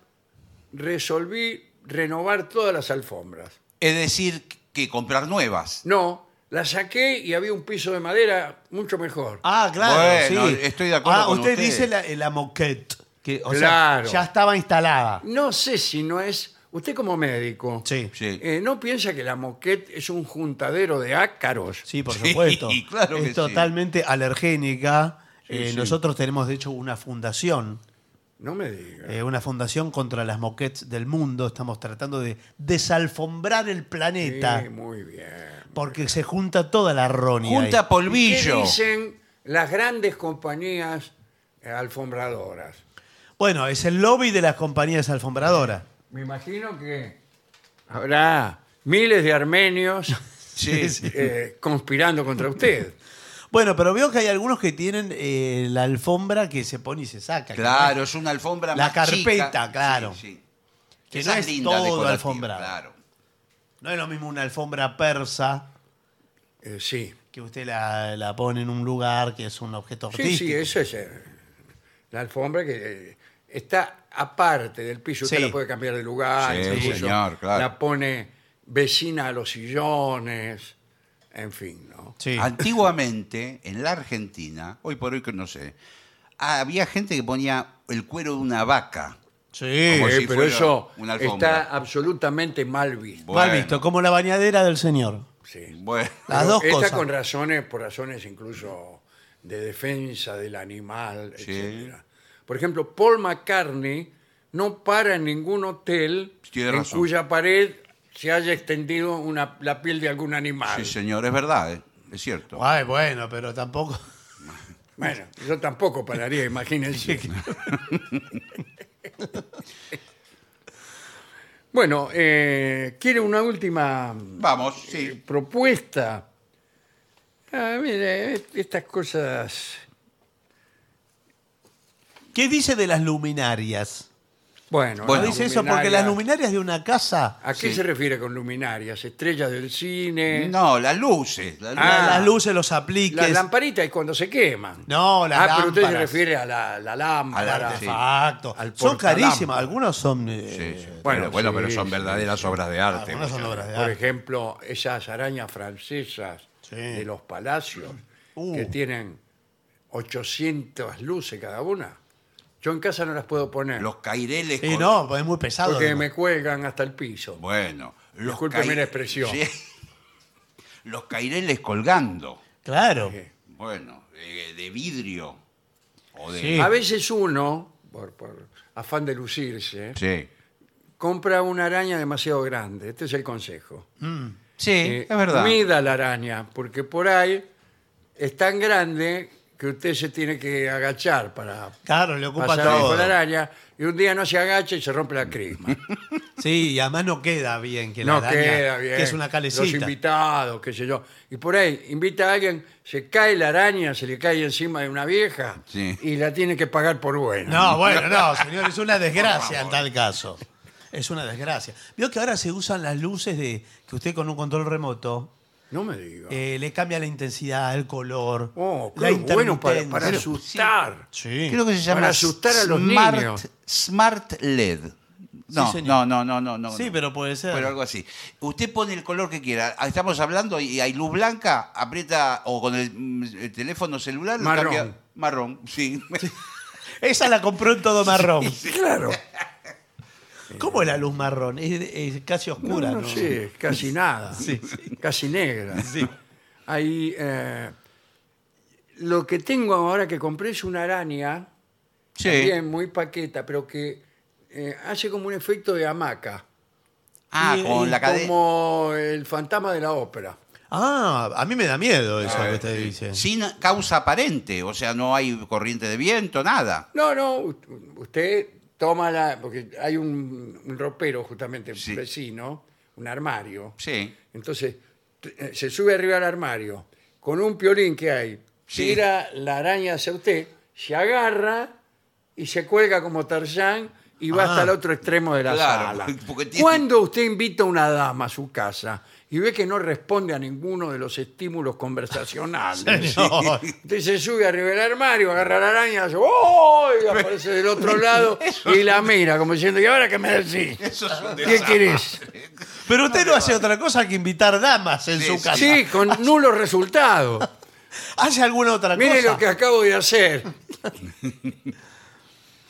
resolví renovar todas las alfombras. Es decir, que comprar nuevas. No, las saqué y había un piso de madera mucho mejor. Ah, claro. Bueno, sí. estoy de acuerdo Ah, con usted, usted. dice la, la moquette. Que, o Claro. sea, ya estaba instalada. No sé si no es... Usted como médico, Sí. Sí, Sí. eh, ¿no piensa que la moquette es un juntadero de ácaros? por Sí, supuesto. claro que es sí. totalmente alergénica. Eh, sí. Nosotros tenemos, de hecho, una fundación. No me diga. eh, una fundación contra las moquettes del mundo. Estamos tratando de desalfombrar el planeta. Sí, muy bien. Porque se junta toda la ronia. ahí. Junta ¿Qué polvillo. dicen las grandes compañías eh, alfombradoras? Bueno, es el lobby de las compañías alfombradoras. Me imagino que habrá miles de armenios Sí, sí. eh, conspirando contra usted. Bueno, pero veo que hay algunos que tienen eh, la alfombra que se pone y se saca. que Claro, no es- es una alfombra La más chica. carpeta, claro. Sí, sí. Que Esa no es todo decorativa, alfombrado. Claro. No es lo mismo una alfombra persa Eh, sí. que usted la, la pone en un lugar que es un objeto Sí, artístico. sí, eso es eh, la alfombra que eh, está aparte del piso. Usted Sí. la puede cambiar de lugar. Sí, incluso señor, claro. La pone vecina a los sillones. En fin, ¿no? Sí. Ah, Antiguamente, en la Argentina, hoy por hoy que no sé, había gente que ponía el cuero de una vaca. Sí. Como Eh, si pero fuera eso una alfombra. está absolutamente mal visto. Mal Bueno. visto, como la bañadera del señor. Sí. Bueno, Las Pero dos esta cosas. con razones, por razones incluso de defensa del animal, Sí. etcétera. Por ejemplo, Paul McCartney no para en ningún hotel Tiene en razón. cuya pared se haya extendido una, la piel de algún animal. sí, señor, es verdad, eh, es cierto. Ay, bueno, pero tampoco. Bueno, yo tampoco pararía, imagínense. bueno, eh, quiere una última Vamos, eh, sí. propuesta. Ah, mire, est- estas cosas. ¿Qué dice de las luminarias? Bueno, Ah. Bueno, las No dice eso porque las luminarias de una casa, ¿A qué Sí. se refiere con luminarias? ¿Estrellas del cine? No, las luces. las Ah, las luces, los Las apliques, lamparitas es cuando se queman. No, las Ah, pero usted se lámparas. refiere a la, la lámpara. A la- sí. artefactos. Al Son carísimas. portalámpara. Algunos son, eh, luces. Sí, sí. bueno, Bueno, bueno, sí, pero son sí, verdaderas obras Ah, de arte. algunos son obras de Por arte. ejemplo, esas arañas francesas Sí. de los palacios Uh. que tienen 800 luces cada una. Yo en casa no las puedo poner Los caireles. Sí, con- no, pues es muy pesado. porque ¿no? me cuelgan hasta el piso. Bueno, los Discúlpeme cai- la expresión. Sí. Los caireles colgando. Claro. Sí. Bueno, de, de vidrio. O de. Sí. A veces uno, por, por afán de lucirse, Sí. compra una araña demasiado grande. Este es el consejo. Mm. Sí, Eh, Mida la araña, porque por ahí es tan grande que usted se tiene que agachar para Claro, le ocupa pasar todo. por la araña y un día no se agacha y se rompe la crisma. Sí, y además no queda bien que la no araña, queda bien. que es una Los calecita. invitados, qué sé yo. Y por ahí invita a alguien, se cae la araña, se le cae encima de una vieja Sí. y la tiene que pagar por buena. No, bueno, no, señor, es una desgracia en tal caso. Es una desgracia. Vio que ahora se usan las luces de que usted con un control remoto No me diga. eh, le cambia la intensidad, el color, oh, la qué bueno para, intermitencia. para asustar. Sí. Creo que se llama Para asustar a los Smart, niños. Smart LED. No, no, señor. no, no, no, no. Sí, no. pero puede ser. Pero algo así. Usted pone el color que quiera. Ah, Estamos hablando y hay luz blanca, aprieta o con el, mm, el teléfono celular. Marrón. marrón, sí. Esa la compró en todo marrón. Claro. ¿Cómo es la luz marrón? Es, es casi No, oscura, no ¿no? sé, casi nada. Sí, sí. Casi negra. Sí. Ahí, eh, lo que tengo ahora que compré es una araña, Sí. bien, muy paqueta, pero que eh, hace como un efecto de hamaca. Ah, Y- y con la cadena. Como el fantasma de la ópera. Ah, a mí me da miedo Ah, eso que usted dice. Sin causa aparente, o sea, no hay corriente de viento, nada. No, no, u- usted toma la... Porque hay un, un ropero justamente Sí. vecino, un armario. Sí. Entonces, t- eh, se sube arriba al armario con un piolín que hay, Sí. tira la araña hacia usted, se agarra y se cuelga como Tarzán y va Ah. hasta el otro extremo de la Claro, sala. porque tiene- Cuando usted invita a una dama a su casa y ve que no responde a ninguno de los estímulos conversacionales, Señor. usted se sube arriba del armario, agarra la araña, hace, ¡oh! y aparece del otro lado y la mira como diciendo, ¿y ahora qué me decís? Eso es un ¿Qué querés? Pero usted no hace otra cosa que invitar damas en Sí, su sí. casa. Ah, Sí, con nulos resultados. ¿Hace alguna otra Mire cosa? lo que acabo de hacer.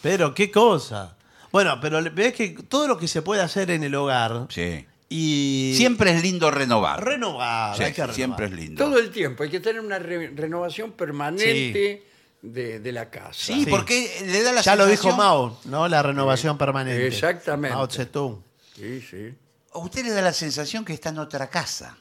Pero qué cosa. Bueno, pero le- ves que todo lo que se puede hacer en el hogar Sí. y Siempre es lindo renovar. renovar, Sí, hay que renovar. siempre es lindo. Todo el tiempo. Hay que tener una re- renovación permanente de, de la casa. Sí, Sí. porque le da la Ya lo dijo sensación- Mao, ¿no? La renovación permanente. exactamente. Mao Zedong. Sí, sí. A usted le da la sensación que está en otra casa.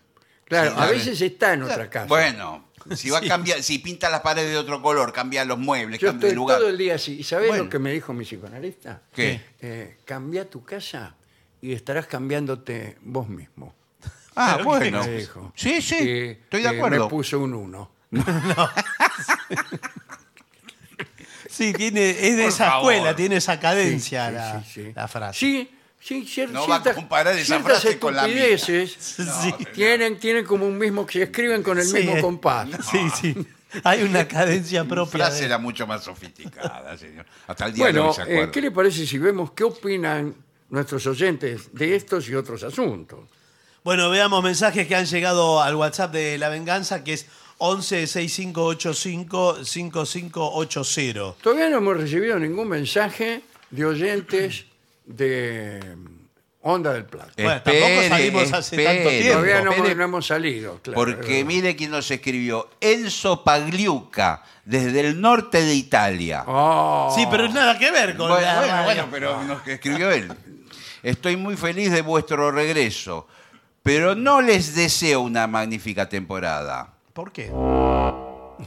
Claro, Sí, a claro. veces está en otra casa. Bueno, si va a cambiar, si pinta las paredes de otro color, cambia los muebles, Yo cambia estoy el lugar. todo el día así. ¿Y sabés lo Bueno. que me dijo mi psicoanalista? ¿Qué? Eh, cambia tu casa y estarás cambiándote vos mismo. Ah, Pero bueno. Me dijo. Sí, sí, Y, estoy de eh, acuerdo. me puso un uno. Sí, tiene, es de Por esa favor. escuela, tiene esa cadencia Sí, la, sí, sí. la frase. Sí, sí, cier- No va a ciertas, comparar esa ciertas frase con la mía. estupideces Sí. tienen, tienen como un mismo, se escriben con el Sí, mismo eh. compás. Sí, sí. Hay una cadencia La propia. frase de- era mucho más sofisticada, señor. Hasta el día de Bueno, hoy se eh, acuerda. ¿qué le parece si vemos qué opinan nuestros oyentes de estos y otros asuntos? Bueno, veamos mensajes que han llegado al WhatsApp de La Venganza, que es 11 6585 5580. Todavía no hemos recibido ningún mensaje de oyentes de mm, Onda del Plata. Eh, Bueno, tampoco salimos hace tanto tiempo. Todavía no, espere, no hemos salido, claro. porque mire quién nos escribió. Enzo Pagliuca, desde el norte de Italia. Oh. Sí, pero nada que ver con Bueno, la. bueno, bueno, pero nos escribió él. Estoy muy feliz de vuestro regreso, pero no les deseo una magnífica temporada. ¿Por qué?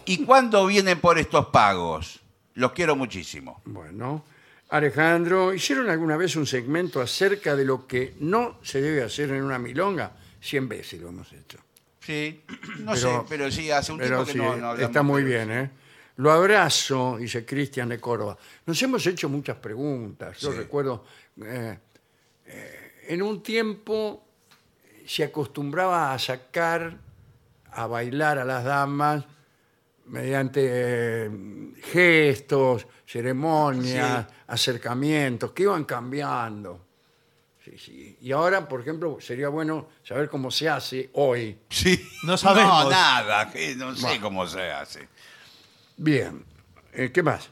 ¿Y cuándo vienen por estos pagos? Los quiero muchísimo. Bueno, Alejandro, ¿hicieron alguna vez un segmento acerca de lo que no se debe hacer en una milonga? Cien veces lo hemos hecho. Sí, no Pero- sé, pero sí, hace un Pero tiempo que sí, no, no hablamos. está muy bien, ¿eh? Lo abrazo, dice Cristian de Córdoba. Nos hemos hecho muchas preguntas. Yo Sí. recuerdo, eh, eh, en un tiempo se acostumbraba a sacar, a bailar a las damas mediante eh, gestos, ceremonias, acercamientos, que iban cambiando. Sí, sí. Y ahora, por ejemplo, sería bueno saber cómo se hace hoy. Sí. No sabemos. No, nada, que no sé cómo se hace. Bien, Eh, ¿qué más?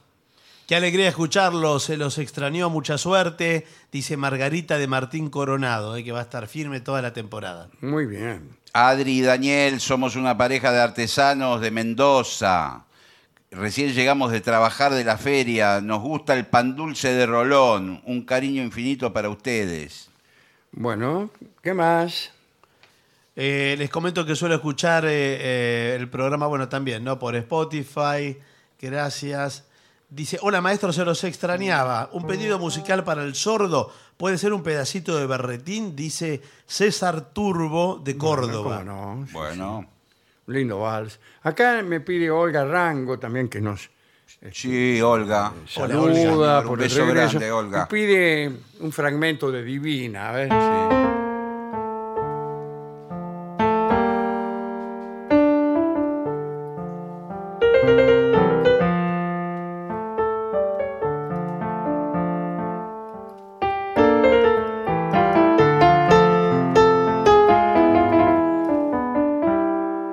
Qué alegría escucharlos, se los extrañó, mucha suerte, dice Margarita de Martín Coronado, eh, que va a estar firme toda la temporada. Muy bien. Adri y Daniel, somos una pareja de artesanos de Mendoza. Recién llegamos de trabajar de la feria. Nos gusta el pan dulce de Rolón. Un cariño infinito para ustedes. Bueno, ¿qué más? Eh, les comento que suelo escuchar eh, eh, el programa, bueno, también, ¿no? Por Spotify, gracias. Dice, hola maestro, se los extrañaba. Un pedido musical para el sordo, puede ser un pedacito de berretín, dice César Turbo de Córdoba. Bueno, Bueno, lindo vals. Acá me pide Olga Rango también que nos sí, Olga. Hola, saluda Olga. por Un el beso regreso. grande, Olga. Y pide un fragmento de Divina, a ver. Muy lindo. lindo, ¿eh?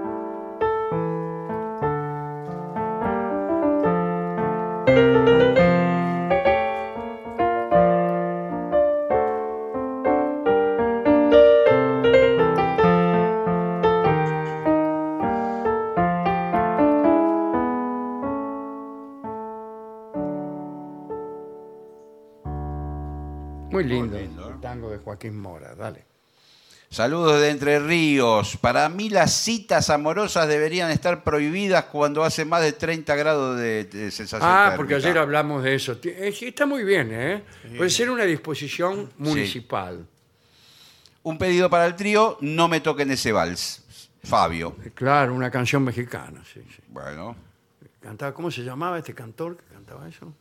El tango de Joaquín Mora, dale. Saludos de Entre Ríos. Para mí las citas amorosas deberían estar prohibidas cuando hace más de 30 grados de, de sensación Ah, térmica. porque ayer hablamos de eso. Ti- eh, sí, Está muy bien, ¿eh? Puede ser una disposición municipal. Un pedido para el trío, no me toquen ese vals. Fabio. Eh, Claro, una canción mexicana, sí, sí. Bueno, Cantaba, ¿Cómo se llamaba este cantor que cantaba eso?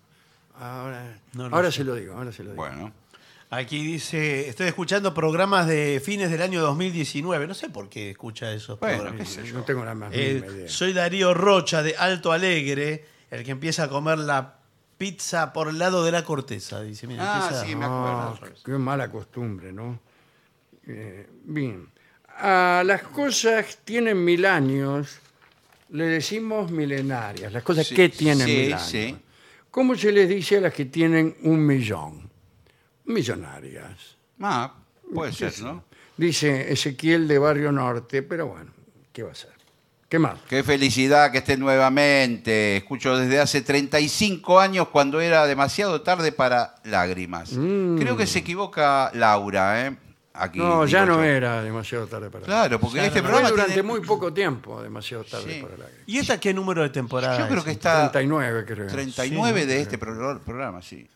Ahora, No lo ahora sé. se lo digo, ahora se lo digo. bueno. Aquí dice, estoy escuchando programas de fines del año 2019. No sé por qué escucha esos Bueno, programas. qué sé yo. no tengo la más Eh, mínima idea. soy Darío Rocha de Alto Alegre, el que empieza a comer la pizza por el lado de la corteza. Dice, mira, Ah, empieza- sí, me Ah, acuerdo. qué mala costumbre, ¿no? Eh, bien. A las cosas tienen mil años, le decimos milenarias. Las cosas Sí, que tienen sí, mil años. sí. ¿Cómo se les dice a las que tienen un millón? Millonarias. Ah, puede ser, ¿no? Dice Ezequiel de Barrio Norte, pero bueno, ¿qué va a ser? ¿Qué más? Qué felicidad que esté nuevamente. Escucho desde hace 35 años cuando era demasiado tarde para lágrimas. Creo que se equivoca Laura, ¿eh? Aquí, Mm. No, ya digo no yo. era demasiado tarde para Claro, porque Ya este no Fue programa durante tiene- muy poco tiempo, demasiado tarde Sí. para la guerra. ¿Y esta qué número de temporada? Yo creo es? que está 39, creo. 39 de este pro- programa, sí.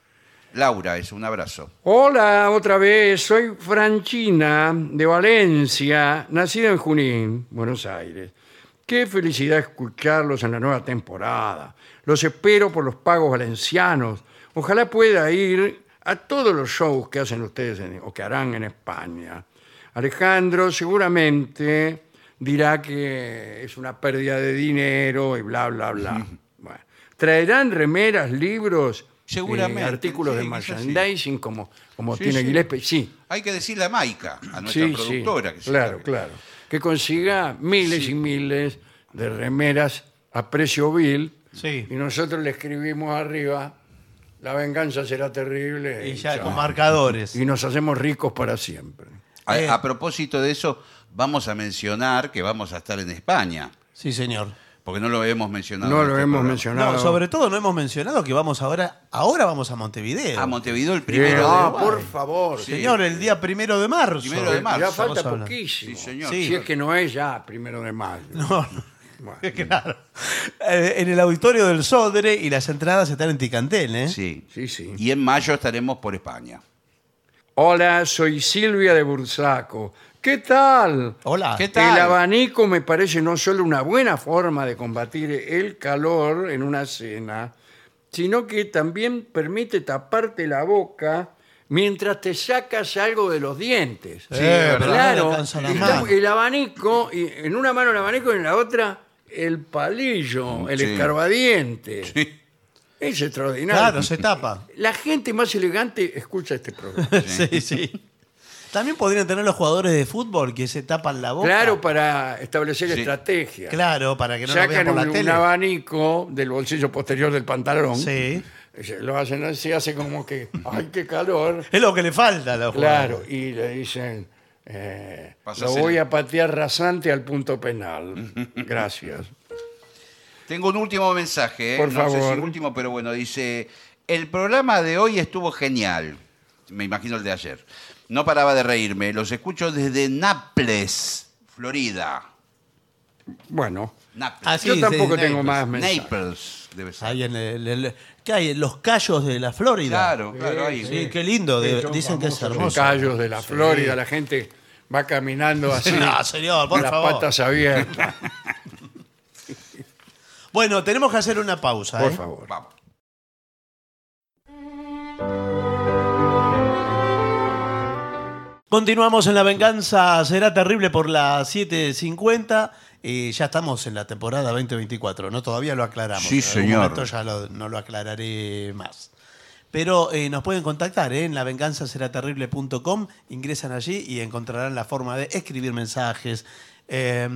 Laura, es un abrazo. Hola, otra vez. Soy Franchina de Valencia, nacida en Junín, Buenos Aires. Qué felicidad escucharlos en la nueva temporada. Los espero por los pagos valencianos. Ojalá pueda ir a todos los shows que hacen ustedes en- o que harán en España. Alejandro seguramente dirá que es una pérdida de dinero y bla, bla, bla. Bueno, Traerán remeras, libros, y Seguramente, artículos sí, de quizás sí. merchandising sin como, como Sí, tiene sí. Gillespie, sí. Hay que decirle a Maika, a nuestra Sí, sí. productora. Que se claro, encargue. claro. Que consiga miles y miles de remeras a precio vil. Sí. Y nosotros le escribimos arriba, la venganza será terrible. Y ya con chao. marcadores. Y nos hacemos ricos para siempre. A, Eh. a propósito de eso, vamos a mencionar que vamos a estar en España, Sí, señor. porque no lo hemos mencionado. No en lo este hemos programa. mencionado. No, sobre todo no hemos mencionado que vamos ahora, ahora vamos a Montevideo. A Ah, Montevideo el Sí, primero ah, de por favor. Sí. Señor, el día primero de marzo. Primero de marzo. Ya estamos falta hablando. poquísimo. Sí, señor. Si Sí. es que no es ya primero de mayo. No, no. Bueno, Claro. Eh, En el auditorio del Sodre y las entradas están en Ticantel, ¿eh? Sí. sí, sí. Y en mayo estaremos por España. Hola, soy Silvia de Bursaco. ¿Qué tal? Hola. ¿Qué tal? El abanico me parece no solo una buena forma de combatir el calor en una cena, sino que también permite taparte la boca mientras te sacas algo de los dientes. Sí, Eh, ¿verdad? no claro. alcanza la está- mano. el abanico, y en una mano el abanico y en la otra el palillo, el Sí. escarbadiente. Sí. Es extraordinario. Claro, se tapa. La gente más elegante escucha este programa. Sí, sí. También podrían tener los jugadores de fútbol que se tapan la boca. Claro, para establecer Sí. estrategias. Claro, para que no lo vean sacan por un, la un tele. abanico del bolsillo posterior del pantalón. Sí. Se Lo hacen así, hace como que, ¡ay, qué calor! Es lo que le falta a los Claro, jugadores. y le dicen, eh, lo Pasásela. voy a patear rasante al punto penal. Gracias. Tengo un último mensaje. ¿eh? Por no sé favor. si último, pero bueno, dice, el programa de hoy estuvo genial. Me imagino el de ayer. No paraba de reírme. Los escucho desde Naples, Florida. Bueno, Naples. Ah, sí, yo sí, tampoco Naples. tengo más mensajes. Naples, debe ser. Ahí en el- el- ¿qué hay? Los callos de la Florida. Claro, claro, ahí. Sí, qué lindo. de- Son dicen que es famosos hermoso. Los callos de la Florida, la gente va caminando así. No, Ah, señor, por con las favor. patas abiertas, Bueno, tenemos que hacer una pausa. por ¿eh? favor. Vamos. Continuamos en La Venganza Será Terrible por las 7.50. Eh, ya estamos en la temporada 2024, ¿no? Todavía lo aclaramos. Sí, En algún señor. momento ya lo- no lo aclararé más. Pero eh, nos pueden contactar ¿eh? en lavenganzaseraterrible.com. Ingresan allí y encontrarán la forma de escribir mensajes, eh,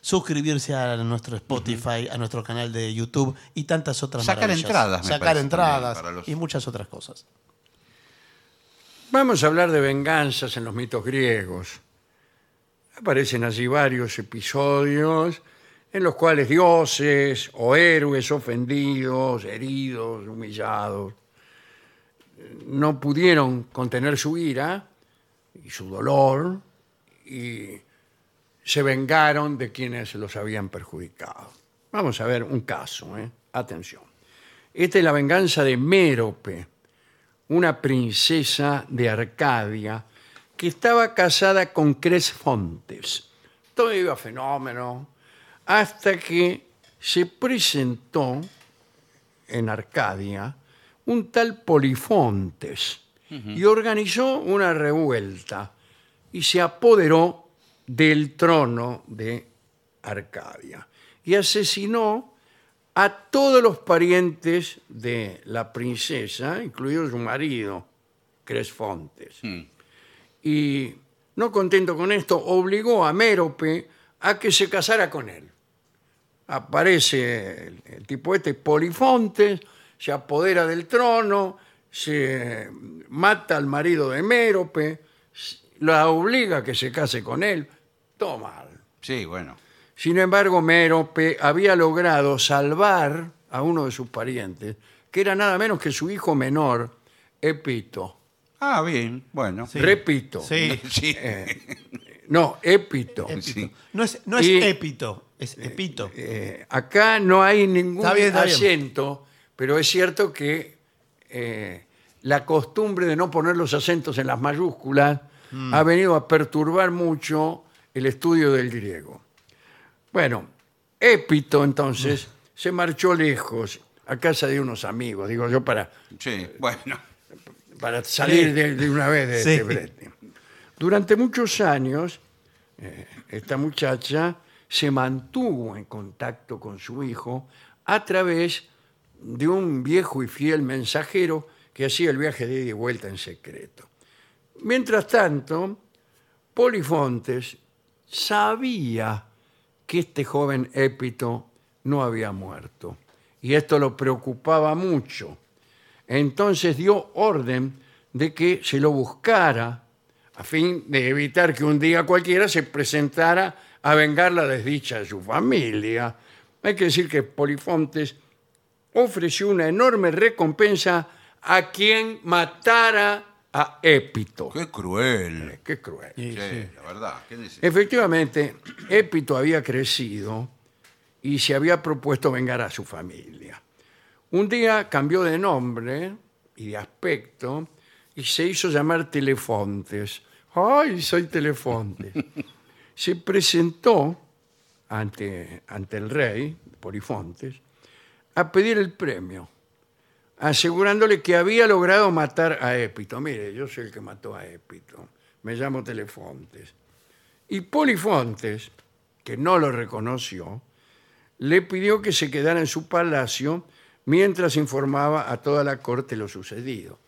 suscribirse a nuestro Spotify, a nuestro canal de YouTube y tantas otras Sacar maravillas. entradas, me Sacar parece, entradas también, para los- y muchas otras cosas. Vamos a hablar de venganzas en los mitos griegos. Aparecen allí varios episodios en los cuales dioses o héroes ofendidos, heridos, humillados, no pudieron contener su ira y su dolor y se vengaron de quienes los habían perjudicado. Vamos a ver un caso, ¿eh? atención. Esta es la venganza de Mérope, una princesa de Arcadia que estaba casada con Cresfontes. Todo iba fenómeno hasta que se presentó en Arcadia un tal Polifontes y organizó una revuelta y se apoderó del trono de Arcadia y asesinó a todos los parientes de la princesa, incluido su marido, Cresfontes. Y no contento con esto, obligó a Mérope a que se casara con él aparece el, el tipo este, Polifontes, se apodera del trono, se mata al marido de Mérope, s- la obliga a que se case con él, todo mal. Sí, bueno. Sin embargo, Mérope había logrado salvar a uno de sus parientes, que era nada menos que su hijo menor, Epito. Ah, bien, bueno. Sí. Repito. Sí. Sí. No, Epito. Sí. No es, no es Y- épito, es epito. Eh, acá no hay ningún Está bien, está bien. acento, pero es cierto que eh, la costumbre de no poner los acentos en las mayúsculas Mm. ha venido a perturbar mucho el estudio del griego. Bueno, Épito entonces Mm. se marchó lejos a casa de unos amigos, digo yo, para, Sí, bueno. para salir Sí. de, de una vez de Sí. este brete. Durante muchos años, eh, esta muchacha se mantuvo en contacto con su hijo a través de un viejo y fiel mensajero que hacía el viaje de ida y vuelta en secreto. Mientras tanto, Polifontes sabía que este joven Épito no había muerto y esto lo preocupaba mucho. Entonces dio orden de que se lo buscara a fin de evitar que un día cualquiera se presentara a vengar la desdicha de su familia. Hay que decir que Polifontes ofreció una enorme recompensa a quien matara a Épito. Qué cruel. Qué cruel. Sí, la verdad. ¿Qué dice? Eh, Efectivamente, Épito había crecido y se había propuesto vengar a su familia. Un día cambió de nombre y de aspecto y se hizo llamar Telefontes. ¡Ay, soy Telefontes! se presentó ante, ante el rey, Polifontes, a pedir el premio, asegurándole que había logrado matar a Épito. Mire, yo soy el que mató a Épito. Me llamo Telefontes. Y Polifontes, que no lo reconoció, le pidió que se quedara en su palacio mientras informaba a toda la corte lo sucedido.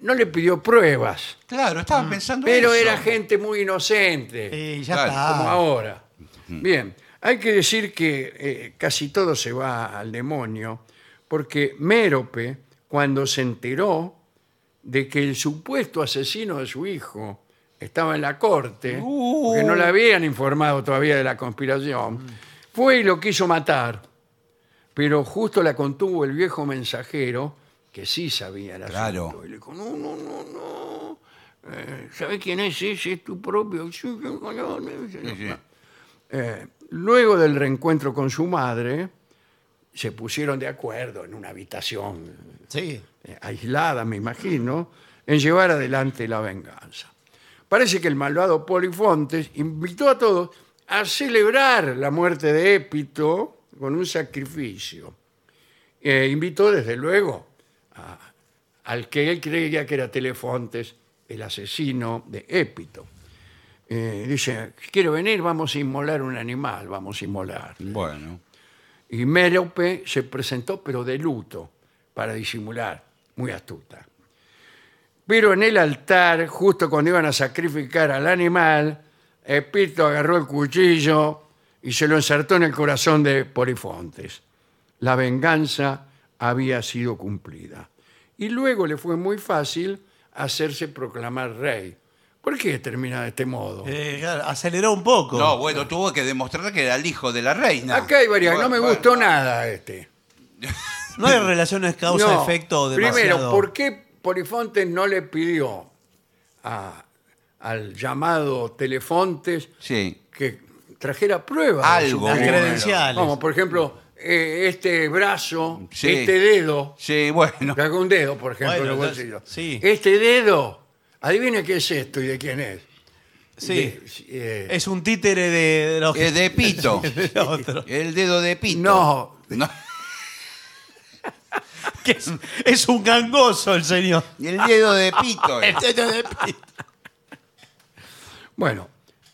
No le pidió pruebas, Claro, estaba pensando pero eso. era gente muy inocente Eh, ya Claro, está. como ahora. Bien, hay que decir que eh, casi todo se va al demonio, porque Mérope, cuando se enteró de que el supuesto asesino de su hijo estaba en la corte, Uh. porque no le habían informado todavía de la conspiración, fue y lo quiso matar. Pero justo la contuvo el viejo mensajero, que sí sabía el Claro. asunto. Y le dijo, no, no, no, no. Eh, ¿Sabés quién es ese? Es tu propio. Sí, yo- yo- yo- yo- Sí, sí. eh, luego del reencuentro con su madre, se pusieron de acuerdo en una habitación Sí. eh, aislada, me imagino, en llevar adelante la venganza. Parece que el malvado Polifontes invitó a todos a celebrar la muerte de Épito con un sacrificio. Eh, invitó, desde luego, a- al que él creía que era Telefontes, el asesino de Épito. Eh, dice, quiero venir, vamos a inmolar un animal, vamos a inmolar. Bueno. Y Mérope se presentó, pero de luto, para disimular, muy astuta. Pero en el altar, justo cuando iban a sacrificar al animal, Epito agarró el cuchillo y se lo insertó en el corazón de Polifontes. La venganza había sido cumplida. Y luego le fue muy fácil hacerse proclamar rey. ¿Por qué termina de este modo? Eh, claro, aceleró un poco. No, bueno, tuvo que demostrar que era el hijo de la reina. Acá hay varias, no Bueno, me bueno. gustó nada este. No hay relaciones causa-efecto No, demasiado. Primero, ¿por qué Polifontes no le pidió a, al llamado Telefontes Sí. que trajera pruebas. de su Algo. Las Bueno. credenciales. Como por ejemplo, eh, este brazo, Sí. este dedo, Sí, bueno. le hago un dedo, por ejemplo, Bueno, en el entonces, bolsillo. sí. Este dedo, adivine qué es esto y de quién es. Sí. De- eh, Es un títere de, de los- Eh, de pito. de otro. El dedo de pito. No. No. Que es, es un gangoso el señor. El dedo de pito. El señor de pito. bueno,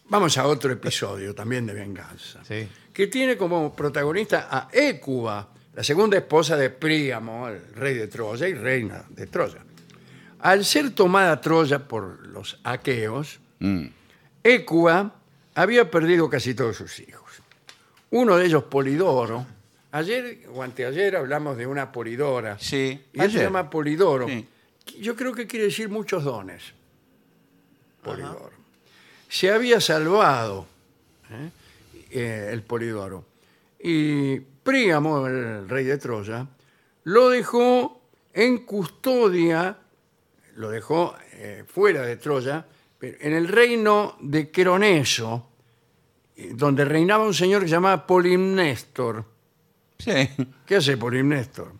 vamos a otro episodio también de venganza. Sí. Que tiene como protagonista a Écuba, la segunda esposa de Príamo, el rey de Troya y reina de Troya. Al ser tomada Troya por los aqueos, Mm. Écuba había perdido casi todos sus hijos. Uno de ellos, Polidoro. Ayer o anteayer hablamos de una Polidora. Sí, Y él Ah, se ayer. llama Polidoro. Sí. Yo creo que quiere decir muchos dones. Polidoro. Se había salvado ¿eh? Eh, el Polidoro. Y Príamo, el rey de Troya, lo dejó en custodia, lo dejó eh, fuera de Troya, pero en el reino de Croneso, eh, donde reinaba un señor que se llamaba Polimnéstor. Sí. ¿Qué hace Polimnéstor?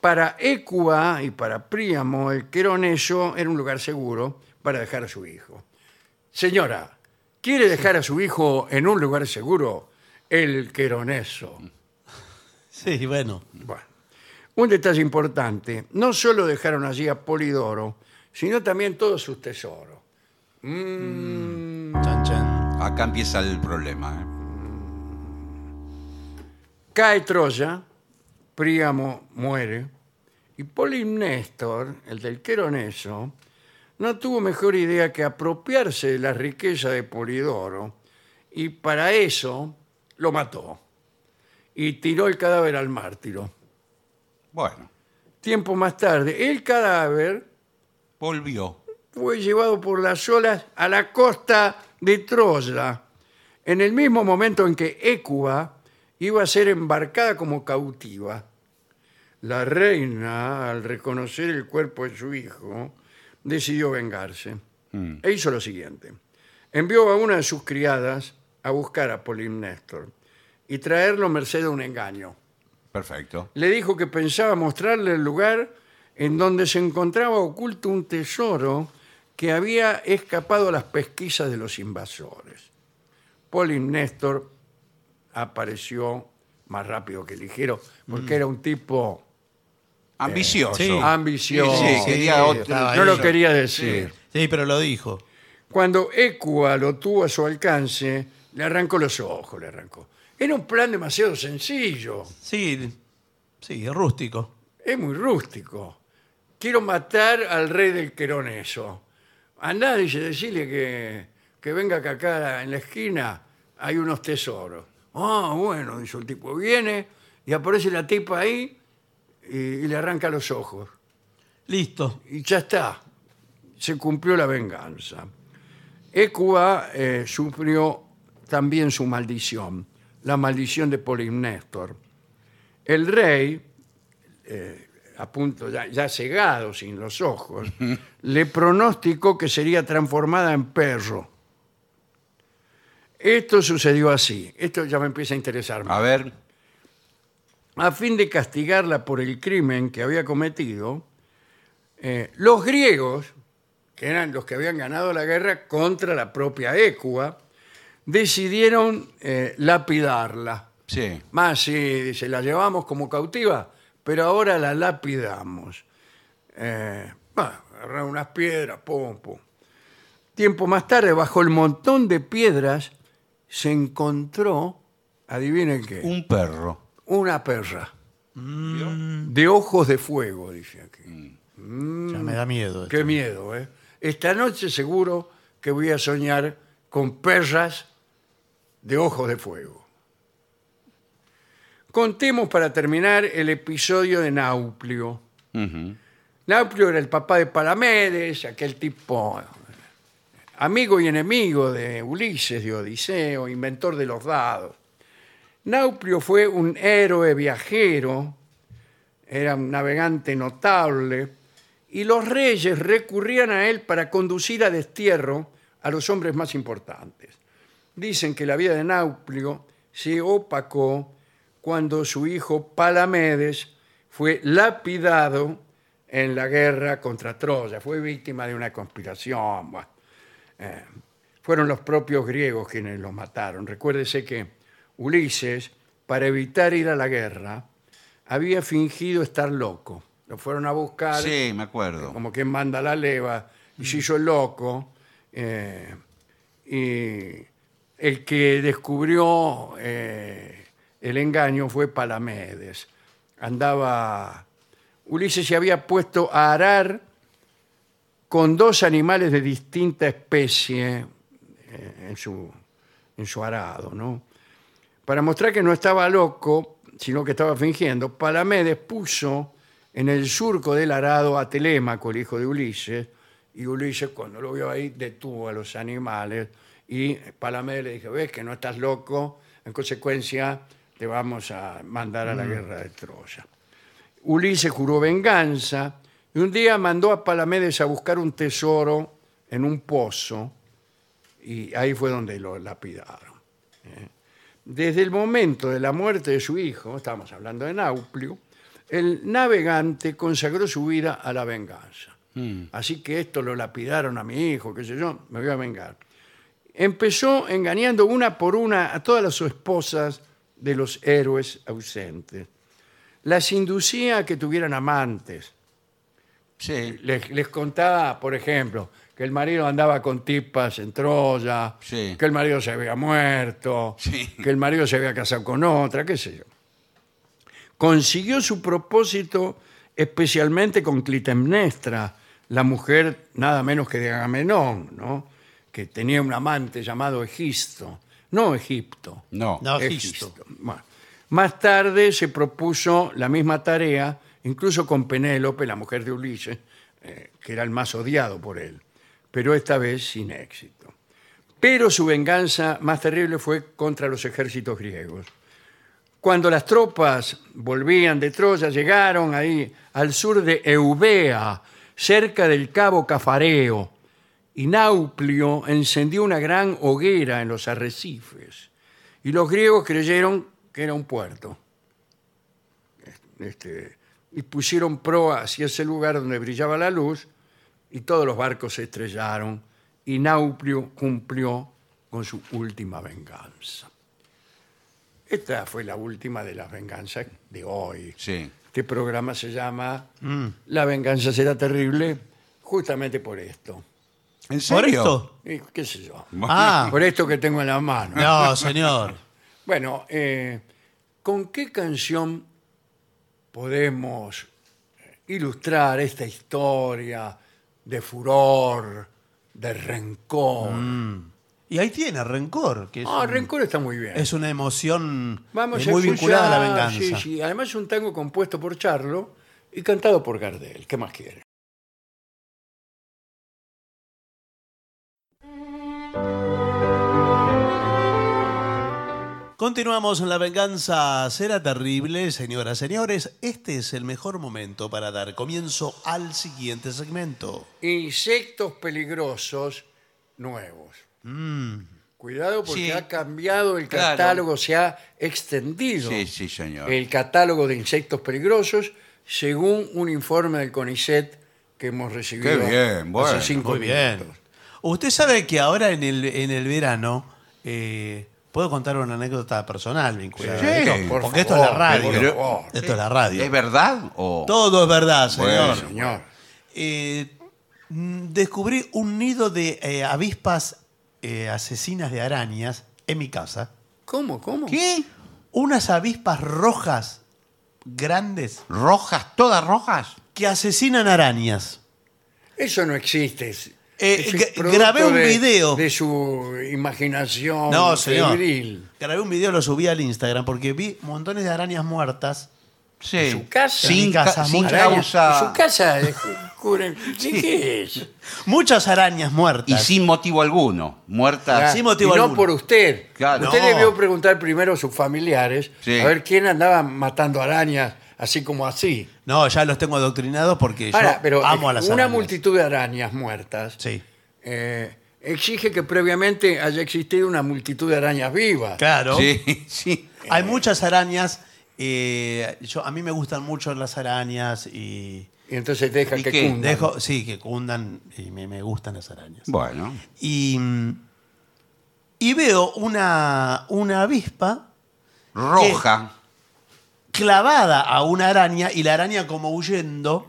Para Écuba y para Príamo, el Queroneso era un lugar seguro para dejar a su hijo. Señora, ¿quiere dejar a su hijo en un lugar seguro? El Queroneso. Sí, bueno. Bueno, un detalle importante. No solo dejaron allí a Polidoro, sino también todos sus tesoros. Mm, Chan, chan. Acá empieza el problema. ¿eh? Cae Troya, Príamo muere, y Polimnéstor, el del Queroneso, no tuvo mejor idea que apropiarse de la riqueza de Polidoro, y para eso lo mató, y tiró el cadáver al mártiro. ¿eh? Bueno, Tiempo más tarde, el cadáver volvió. fue llevado por las olas a la costa de Troya, en el mismo momento en que Écuba iba a ser embarcada como cautiva. La reina, al reconocer el cuerpo de su hijo, decidió vengarse e hizo lo siguiente. Envió a una de sus criadas a buscar a Polimnéstor y traerlo merced a un engaño Perfecto. le dijo que pensaba mostrarle el lugar en donde se encontraba oculto un tesoro que había escapado a las pesquisas de los invasores. Polimnéstor apareció más rápido que ligero, Mm. porque era un tipo Ambicioso. Sí. Ah. ambicioso. Sí, sí, quería otro- estaba no lo ahí. quería decir. Sí, pero lo dijo. Cuando Ecua lo tuvo a su alcance, le arrancó los ojos, le arrancó. Era un plan demasiado sencillo. Sí, sí, rústico. Es muy rústico. Quiero matar al rey del Queroneso. Andá, dice, decirle que, que venga que acá en la esquina hay unos tesoros. Ah, bueno, dice el tipo. Viene y aparece la tipa ahí y, y le arranca los ojos. Listo. Y ya está. Se cumplió la venganza. Écuba eh, sufrió también su maldición, la maldición de Polimnéstor. El rey, eh, a punto ya, ya cegado, sin los ojos, le pronosticó que sería transformada en perro. Esto sucedió así. Esto ya me empieza a interesarme A ver. a fin de castigarla por el crimen que había cometido, eh, los griegos, que eran los que habían ganado la guerra contra la propia Écuba, decidieron eh, lapidarla. Sí. Más si dice, la llevamos como cautiva, pero ahora la lapidamos. Eh, bah, agarrar unas piedras, pum, pum. Tiempo más tarde, bajo el montón de piedras, se encontró, adivinen qué Un perro. una perra. De ojos de fuego, dice aquí. Ya me da miedo. esto. Qué miedo, ¿eh? Esta noche seguro que voy a soñar con perras de ojos de fuego. Contemos para terminar el episodio de Nauplio. Ujú. Nauplio era el papá de Palamedes, aquel tipo eh, amigo y enemigo de Ulises, de Odiseo, inventor de los dados. Nauplio fue un héroe viajero, era un navegante notable, y los reyes recurrían a él para conducir a destierro a los hombres más importantes. Dicen que la vida de Náuplio se opacó cuando su hijo Palamedes fue lapidado en la guerra contra Troya, fue víctima de una conspiración. bueno. Eh, fueron los propios griegos quienes lo mataron. Recuérdese que Ulises, para evitar ir a la guerra, había fingido estar loco. Lo fueron a buscar Sí, me acuerdo. como quien manda la leva, y se hizo loco. eh, y el que descubrió eh, el engaño fue Palamedes. Andaba. Ulises se había puesto a arar con dos animales de distinta especie eh, en, su, en su arado, ¿no? Para mostrar que no estaba loco, sino que estaba fingiendo, Palamedes puso en el surco del arado a Telémaco, el hijo de Ulises, y Ulises cuando lo vio ahí detuvo a los animales y Palamedes le dijo, ves que no estás loco, en consecuencia te vamos a mandar a la guerra de Troya. Ulises juró venganza y un día mandó a Palamedes a buscar un tesoro en un pozo y ahí fue donde lo lapidaron. ¿eh? Desde el momento de la muerte de su hijo, estamos hablando de Nauplio, el navegante consagró su vida a la venganza. Así que esto lo lapidaron a mi hijo, qué sé yo, me voy a vengar. Empezó engañando una por una a todas las esposas de los héroes ausentes. Las inducía a que tuvieran amantes Sí, les, les contaba, por ejemplo, que el marido andaba con tipas en Troya, Sí. que el marido se había muerto, Sí. que el marido se había casado con otra, qué sé yo. Consiguió su propósito especialmente con Clitemnestra, la mujer nada menos que de Agamenón, ¿no? que tenía un amante llamado Egisto, no Egipto. no. No. Egisto. Egisto. Bueno. Más tarde se propuso la misma tarea, incluso con Penélope, la mujer de Ulises, eh, que era el más odiado por él, pero esta vez sin éxito. Pero su venganza más terrible fue contra los ejércitos griegos. Cuando las tropas volvían de Troya, llegaron ahí al sur de Eubea, cerca del cabo Cafareo, y Nauplio encendió una gran hoguera en los arrecifes. Y los griegos creyeron que era un puerto. Este, y pusieron proa hacia ese lugar donde brillaba la luz y todos los barcos se estrellaron y Nauplio cumplió con su última venganza. Esta fue la última de las venganzas de hoy. Sí. Este programa se llama La venganza será terrible justamente por esto. ¿En ¿Por serio? esto? Y qué sé yo. Bueno, Ah. Por esto que tengo en la mano. No, señor. Bueno, eh, ¿con qué canción podemos ilustrar esta historia de furor, de rencor? Mm. Y ahí tiene, rencor. Que es, Ah, un- rencor está muy bien. es una emoción Vamos eh, a muy escuchar- vinculada a la venganza. Sí, sí. Además es un tango compuesto por Charlo y cantado por Gardel. ¿Qué más quiere? Continuamos en La Venganza Será Terrible, señoras, señores. Este es el mejor momento para dar comienzo al siguiente segmento. Insectos peligrosos nuevos. Mm, Cuidado porque Sí. ha cambiado el Claro. catálogo, se ha extendido. Sí, sí, señor. el catálogo de insectos peligrosos según un informe del CONICET que hemos recibido Qué bien, bueno, hace cinco Muy bien. minutos. Usted sabe que ahora en el, en el verano eh, puedo contar una anécdota personal vinculada. Sí, a esto? por porque esto es favor, la radio. por favor. esto es la radio. ¿Es verdad? O... Todo es verdad, señor. Bueno. Señor, Eh, mm, descubrí un nido de eh, avispas eh, asesinas de arañas en mi casa. ¿cómo, cómo? ¿Qué? Unas avispas rojas grandes ¿Rojas? ¿Todas rojas? que asesinan arañas. Eso no existe. es- Eh, es un gra- producto grabé un de- video. De su imaginación No, señor. febril. Grabé un video, lo subí al Instagram porque vi montones de arañas muertas. Sí. En su casa. Sin, En casa, ca- sin muchas Araña, causa. en Su casa, eh, cura- ¿sí ¿qué es? Muchas arañas Y muertas. sin motivo alguno. Muerta. Ah, Sin motivo y no alguno. por usted. Claro. Usted No. debió preguntar primero a sus familiares Sí. a ver quién andaba matando arañas así como así. No, ya los tengo adoctrinados porque Ahora, yo pero amo eh, a las una arañas. multitud de arañas muertas Sí. eh, exige que previamente haya existido una multitud de arañas vivas. Claro. Sí, sí. Hay muchas arañas. eh, yo, a mí me gustan mucho las arañas y Y entonces deja ¿Y que qué? cundan. dejo, sí, que cundan y me, me gustan las arañas. Bueno. Y, mm, y veo una, una avispa Roja. clavada a una araña y la araña como huyendo.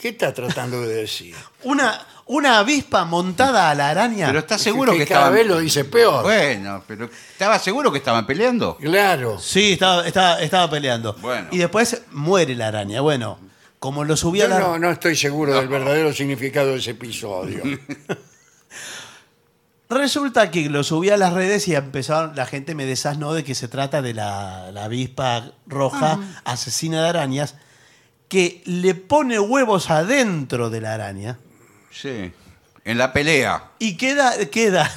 ¿Qué está tratando de decir? Una, una avispa montada a la araña. Pero está seguro que, que cada estaban. vez lo dice peor. Bueno, pero estaba seguro que estaban peleando. Claro. Sí, estaba, estaba, estaba peleando. Bueno. Y después muere la araña. Bueno, como lo subí a Yo la... no, no estoy seguro del verdadero significado de ese episodio. Resulta que lo subí a las redes y empezaron, la gente me desasnó de que se trata de la, la avispa roja asesina de arañas que le pone huevos adentro de la araña Sí. En la pelea. y queda... queda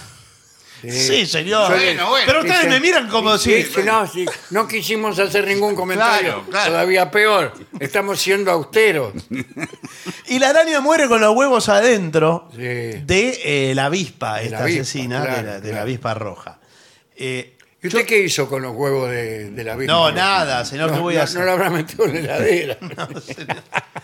Eh, sí. señor. Bueno, bueno. Pero ustedes Dicen- me miran como si... Sí, sí, no, sí, no quisimos hacer ningún comentario. Claro, claro. Todavía peor. Estamos siendo austeros. Y la araña muere con los huevos adentro Sí. de eh, la avispa, esta la avispa, asesina de, claro, la, de la claro. avispa roja. Eh, ¿Y usted qué hizo con los huevos de, de la vida? no, nada, señor, ¿qué voy a no, hacer? no lo habrá metido en la heladera.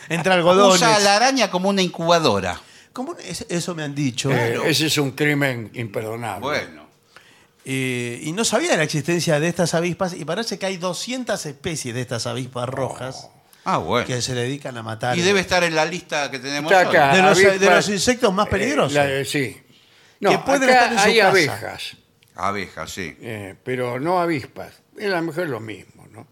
Entre algodones. Usa a la araña como una incubadora. ¿Cómo es- eso me han dicho? Eh, ese es un crimen imperdonable. Bueno. Eh, y no sabía de la existencia de estas avispas y parece que hay 200 especies de estas avispas rojas Ah, bueno. que se dedican a matar. Y debe estar en la lista que tenemos. Está hoy. acá. de, los, avispa- de los insectos más Eh, peligrosos. la- eh, sí. No, Que pueden acá estar en su hay casa. abejas, Abejas, sí. eh, pero no avispas. Es la mejor lo mismo, ¿no?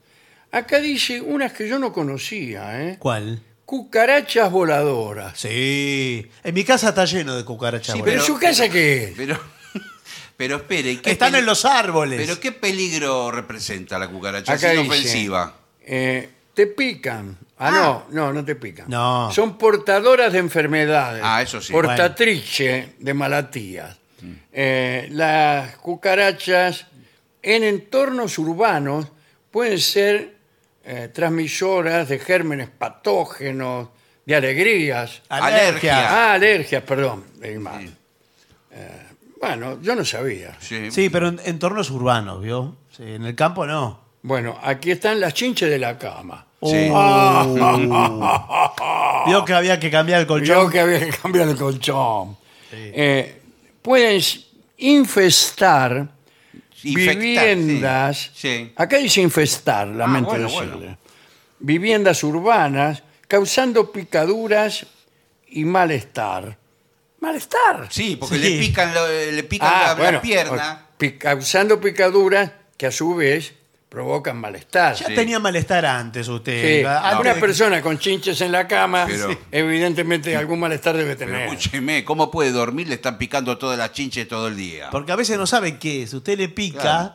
Acá dice unas que yo no conocía, ¿eh? ¿Cuál? Cucarachas voladoras. Sí. En mi casa está lleno de cucarachas. Sí, boludo. ¿Pero en Pero- su casa qué es? Pero, pero espere. ¿qué Están peli- en los árboles. Pero qué peligro representa la cucaracha. Acá es dice, inofensiva. eh, te pican. Ah, no, no, no te pican. No. Son portadoras de enfermedades. Ah, eso sí. Mm. Portatrice de malatías. Eh, las cucarachas en entornos urbanos pueden ser eh, transmisoras de gérmenes patógenos, de alegrías. Alergia. Ah, alergias, perdón. leí mal. Eh, bueno, yo no sabía. Sí. Sí, pero en entornos urbanos, ¿vio? Sí, en el campo no. Bueno, aquí están las chinches de la cama. Sí. Uh. Vio que había que cambiar el Yo colchón. que había que cambiar el colchón. Eh, pueden s- infestar Infectar, viviendas. Sí. Acá dice infestar, lamento bueno, decirle. bueno. Viviendas urbanas causando picaduras y malestar. ¿Malestar? Sí, Sí, porque Sí. le pican, lo- le pican Ah, la, la bueno, pierna. o- pi- causando picaduras que a su vez provocan malestar. Ya Sí. tenía malestar antes usted. Sí, Iba- antes Una de- persona con chinches en la cama, Pero- evidentemente algún malestar debe Pero tener. escúcheme, ¿cómo puede dormir? Le están picando todas las chinches todo el día. Porque a veces no sabe qué es. Usted le pica Claro.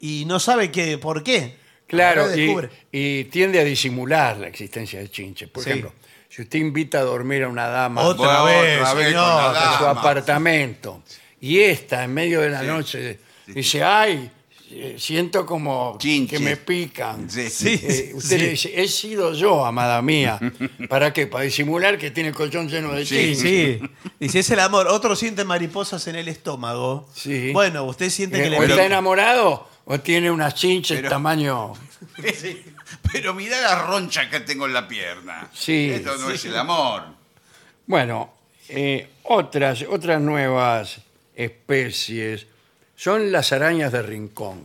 y no sabe qué, por qué. Claro, Ahora y, descubre. y tiende a disimular la existencia de chinches. Por Sí. ejemplo, si usted invita a dormir a una dama Otra Bueno, vez, otra vez señor. con la a su dama. apartamento y esta en medio de la noche dice, ay, eh, siento como Chinches. que me pican. Sí. Eh, usted sí. le dice, he sido yo, amada mía. ¿Para qué? Para disimular que tiene el colchón lleno de Sí, chinches. sí. Dice, es el amor. Otro siente mariposas en el estómago. Sí. Bueno, usted siente que Eh, le o está pica. enamorado o tiene unas chinches Pero- tamaño... Pero mirá la roncha que tengo en la pierna. Sí, Esto no sí. es el amor. Bueno, eh, otras, otras nuevas especies son las arañas de rincón,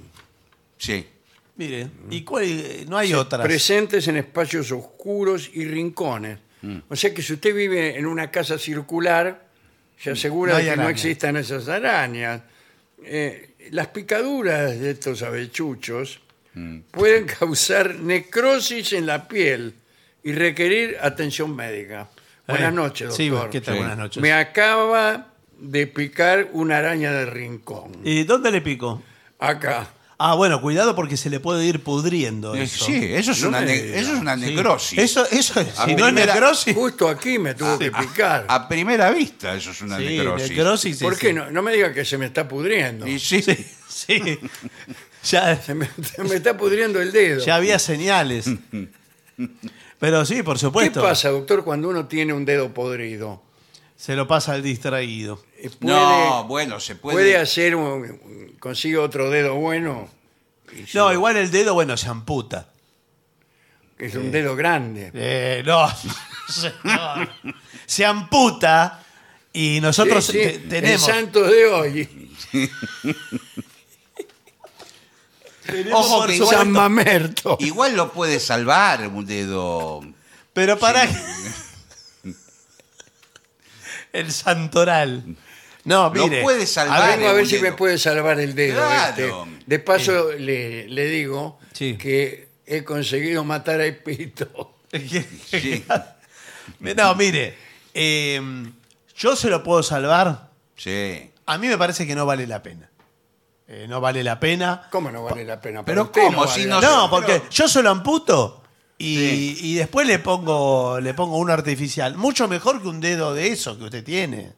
Sí. Mire, ¿y cuál? No hay otras. Eh, presentes en espacios oscuros y rincones. Mm. O sea que si usted vive en una casa circular, se asegura Mm, de No hay que no araña. existan esas arañas. Eh, las picaduras de estos avechuchos Mm. pueden causar necrosis en la piel y requerir atención médica. Buenas Eh, noches, doctor. Sí, ¿qué tal? Sí. Buenas noches. Me acaba de picar una araña de rincón. ¿Y dónde le pico? Acá. Ah, bueno, cuidado porque se le puede ir pudriendo Eh, eso. Eh, Sí, eso es, No una, me ne- diga. eso es una Sí. necrosis. Eso, eso es. A Si no es primera- necrosis. Justo aquí me tuvo que picar. A primera vista, eso es una Sí, necrosis. necrosis, Ah, sí, ¿Por qué? sí. No, no me diga que se me está pudriendo. Y sí, Sí. Ya, Se me, se me está pudriendo el dedo. ya había señales. Pero sí, por ¿Qué supuesto. pasa, doctor, cuando uno tiene un dedo podrido? Se lo pasa al distraído. Eh, Puede, No, bueno, se puede. puede hacer, un- consigue otro dedo bueno. y se- No, igual el dedo, bueno, se amputa. que es un dedo grande. Eh, no, señor. Se amputa y nosotros Sí, sí, te- tenemos. El santo de hoy, tenemos, Ojo por que supuesto. San Mamerto. Igual lo puede salvar un dedo. Pero para El santoral. No, Lo mire. puede Ah, salvar. Vengo a un ver si dedo. me puede salvar el dedo. Claro. este. De paso, le, le digo Sí. que he conseguido matar a Epito. Sí, No, mire. eh, yo se lo puedo salvar. sí. A mí me parece que no vale la pena. Eh, no vale la pena. ¿Cómo no vale la pena? Para Pero usted ¿cómo? vale Si la no- pena. No, porque pero- yo se lo amputo y, Sí. y después le pongo, le pongo uno artificial. Mucho mejor que un dedo de eso que usted tiene.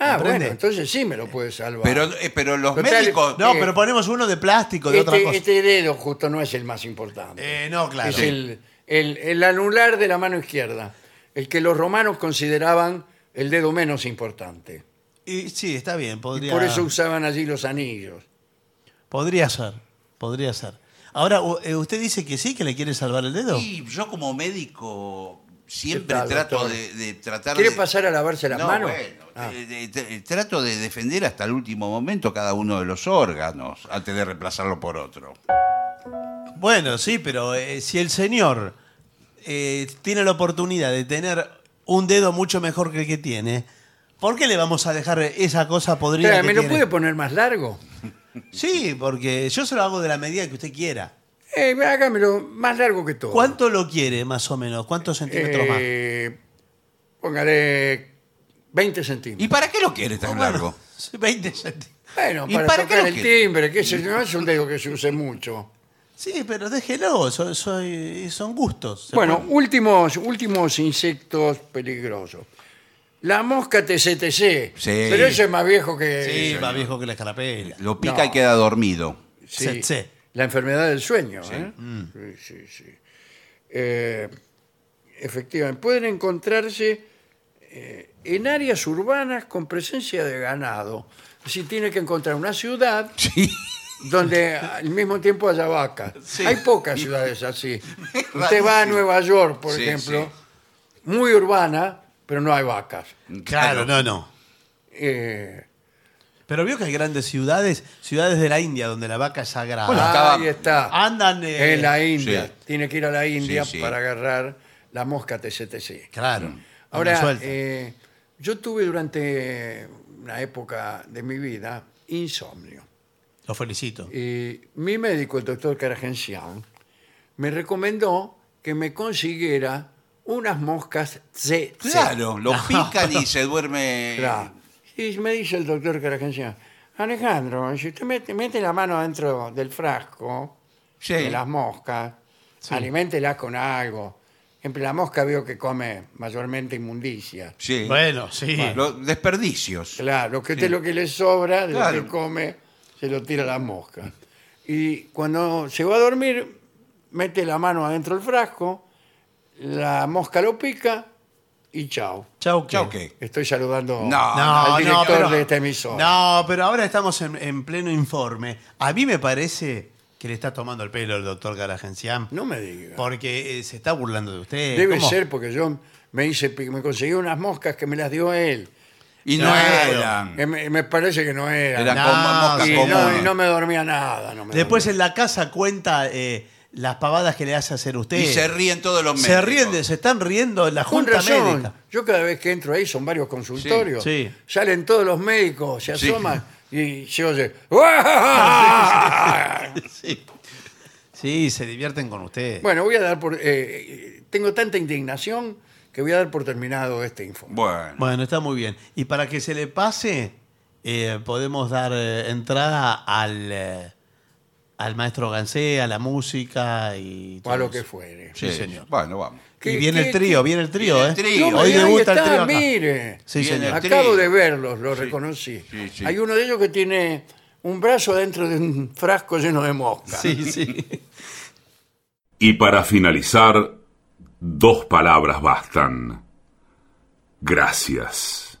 Ah, ¿comprende? bueno, entonces sí me lo puede salvar. Pero, eh, pero los Total, médicos. No, Eh, pero ponemos uno de plástico, de otra este, cosa. este dedo justo no es el más importante. Eh, no, claro. Es el, el- el anular de la mano izquierda, el que los romanos consideraban el dedo menos importante. Y, sí, está bien, podría, Por eso usaban allí los anillos. podría ser. Podría ser. Ahora, u- eh, ¿usted dice que sí, que le quiere salvar el dedo? Sí, yo como médico siempre ¿Qué tal, trato doctor? de, de tratar ¿Quiere de- pasar a lavarse las No, manos? bueno, eh, Ah. eh, de- de- de- trato de defender hasta el último momento cada uno de los órganos antes de reemplazarlo por otro. Bueno, sí, pero eh, si el señor eh, tiene la oportunidad de tener un dedo mucho mejor que el que tiene, ¿por qué le vamos a dejar esa cosa podrida? Espera, que ¿Me lo tiene? puede poner más largo? Sí, porque yo se lo hago de la medida que usted quiera. Eh, hágamelo más largo que todo. ¿Cuánto lo quiere, más o menos? ¿Cuántos centímetros Oh. Eh, Póngale 20 ¿Y centímetros. para qué lo quiere tan más? largo? Sí, 20 centímetros. Bueno, ¿Y para, para qué tocar lo el quiere? timbre, que ese no es un dedo que se use mucho. Sí, pero déjelo, so- soy- son gustos. Se Bueno, puede- últimos, últimos insectos peligrosos. La mosca TCTC. Pero ese es más viejo que... sí, eso, más ¿no? viejo que la escarapela. Lo pica No. y queda dormido. Sí, Sí. La enfermedad del sueño. ¿eh? Mm. Sí, sí, sí. Eh, efectivamente, pueden encontrarse eh, en áreas urbanas con presencia de ganado. Si tiene que encontrar una ciudad donde al mismo tiempo haya vacas. Hay pocas ciudades así. Usted va a Nueva York, por Sí, ejemplo, sí. muy urbana, pero no hay vacas. Claro, no, no. Eh, Pero vio que hay grandes ciudades, ciudades de la India, donde la vaca es sagrada. Bueno, Ah, acaba- ahí está. Andan. eh, en la India. sí. Tiene que ir a la India Sí, sí. para agarrar la mosca TCTC. Claro. andan Ahora, sueltas. eh, yo tuve durante una época de mi vida insomnio. Lo felicito. Y mi médico, el doctor Karagensian, me recomendó que me consiguiera unas moscas C. Claro, lo pican y se duerme. Claro. Y me dice el doctor Karagensian, Alejandro, si usted mete, mete la mano dentro del frasco Sí. de las moscas, aliméntelas con algo. Siempre la mosca veo que come mayormente inmundicia. Sí. Bueno, sí. Los desperdicios. Claro, lo que usted lo que le sobra de lo Claro. que come, se lo tira a la mosca. Y cuando se va a dormir, mete la mano adentro del frasco, la mosca lo pica y chao. Chau, Ya, chau. ok. Estoy saludando No, No, al no, Ah, director pero, de esta emisora. No, pero ahora estamos en, en pleno informe. A mí me parece que le está tomando el pelo el doctor Garagencián. No me diga. Porque eh, se está burlando de usted. Debe ¿Cómo? ser porque yo me hice, pi- me conseguí unas moscas que me las dio él. Y no Claro. eran. Que me, me parece que no eran. Eran No, como moscas y, como- no, y comunes. no me dormía nada. no me Después dormía. en la casa cuenta eh, las pavadas que le hace hacer usted. Y se ríen todos los Se médicos. ríen, de- se están riendo en la Con Junta razón. Médica. Yo cada vez que entro ahí son varios consultorios. Sí, sí. Salen todos los médicos, se Sí. asoman y se oye. ¡Ah! "¡Uah!". Sí, se divierten con usted. bueno, voy a dar por. eh, tengo tanta indignación que voy a dar por terminado este informe. Bueno. Bueno, está muy bien. Y para que se le pase, eh, podemos dar eh, entrada al, eh, al maestro Gansé, a la música y o a todo lo eso. que fuere. Sí, señor. Bueno, vamos. ¿Qué- y viene qué- el trío, qué- viene el trío, Viene ¿eh? el trío. Hoy mire, ahí debuta el está, trío acá. Mire. Sí, Viene señor. el trío. Acabo de verlos, los reconocí. Sí, sí. Hay uno de ellos que tiene un brazo dentro de un frasco lleno de moscas. Sí, sí. Y para finalizar, dos palabras bastan. Gracias.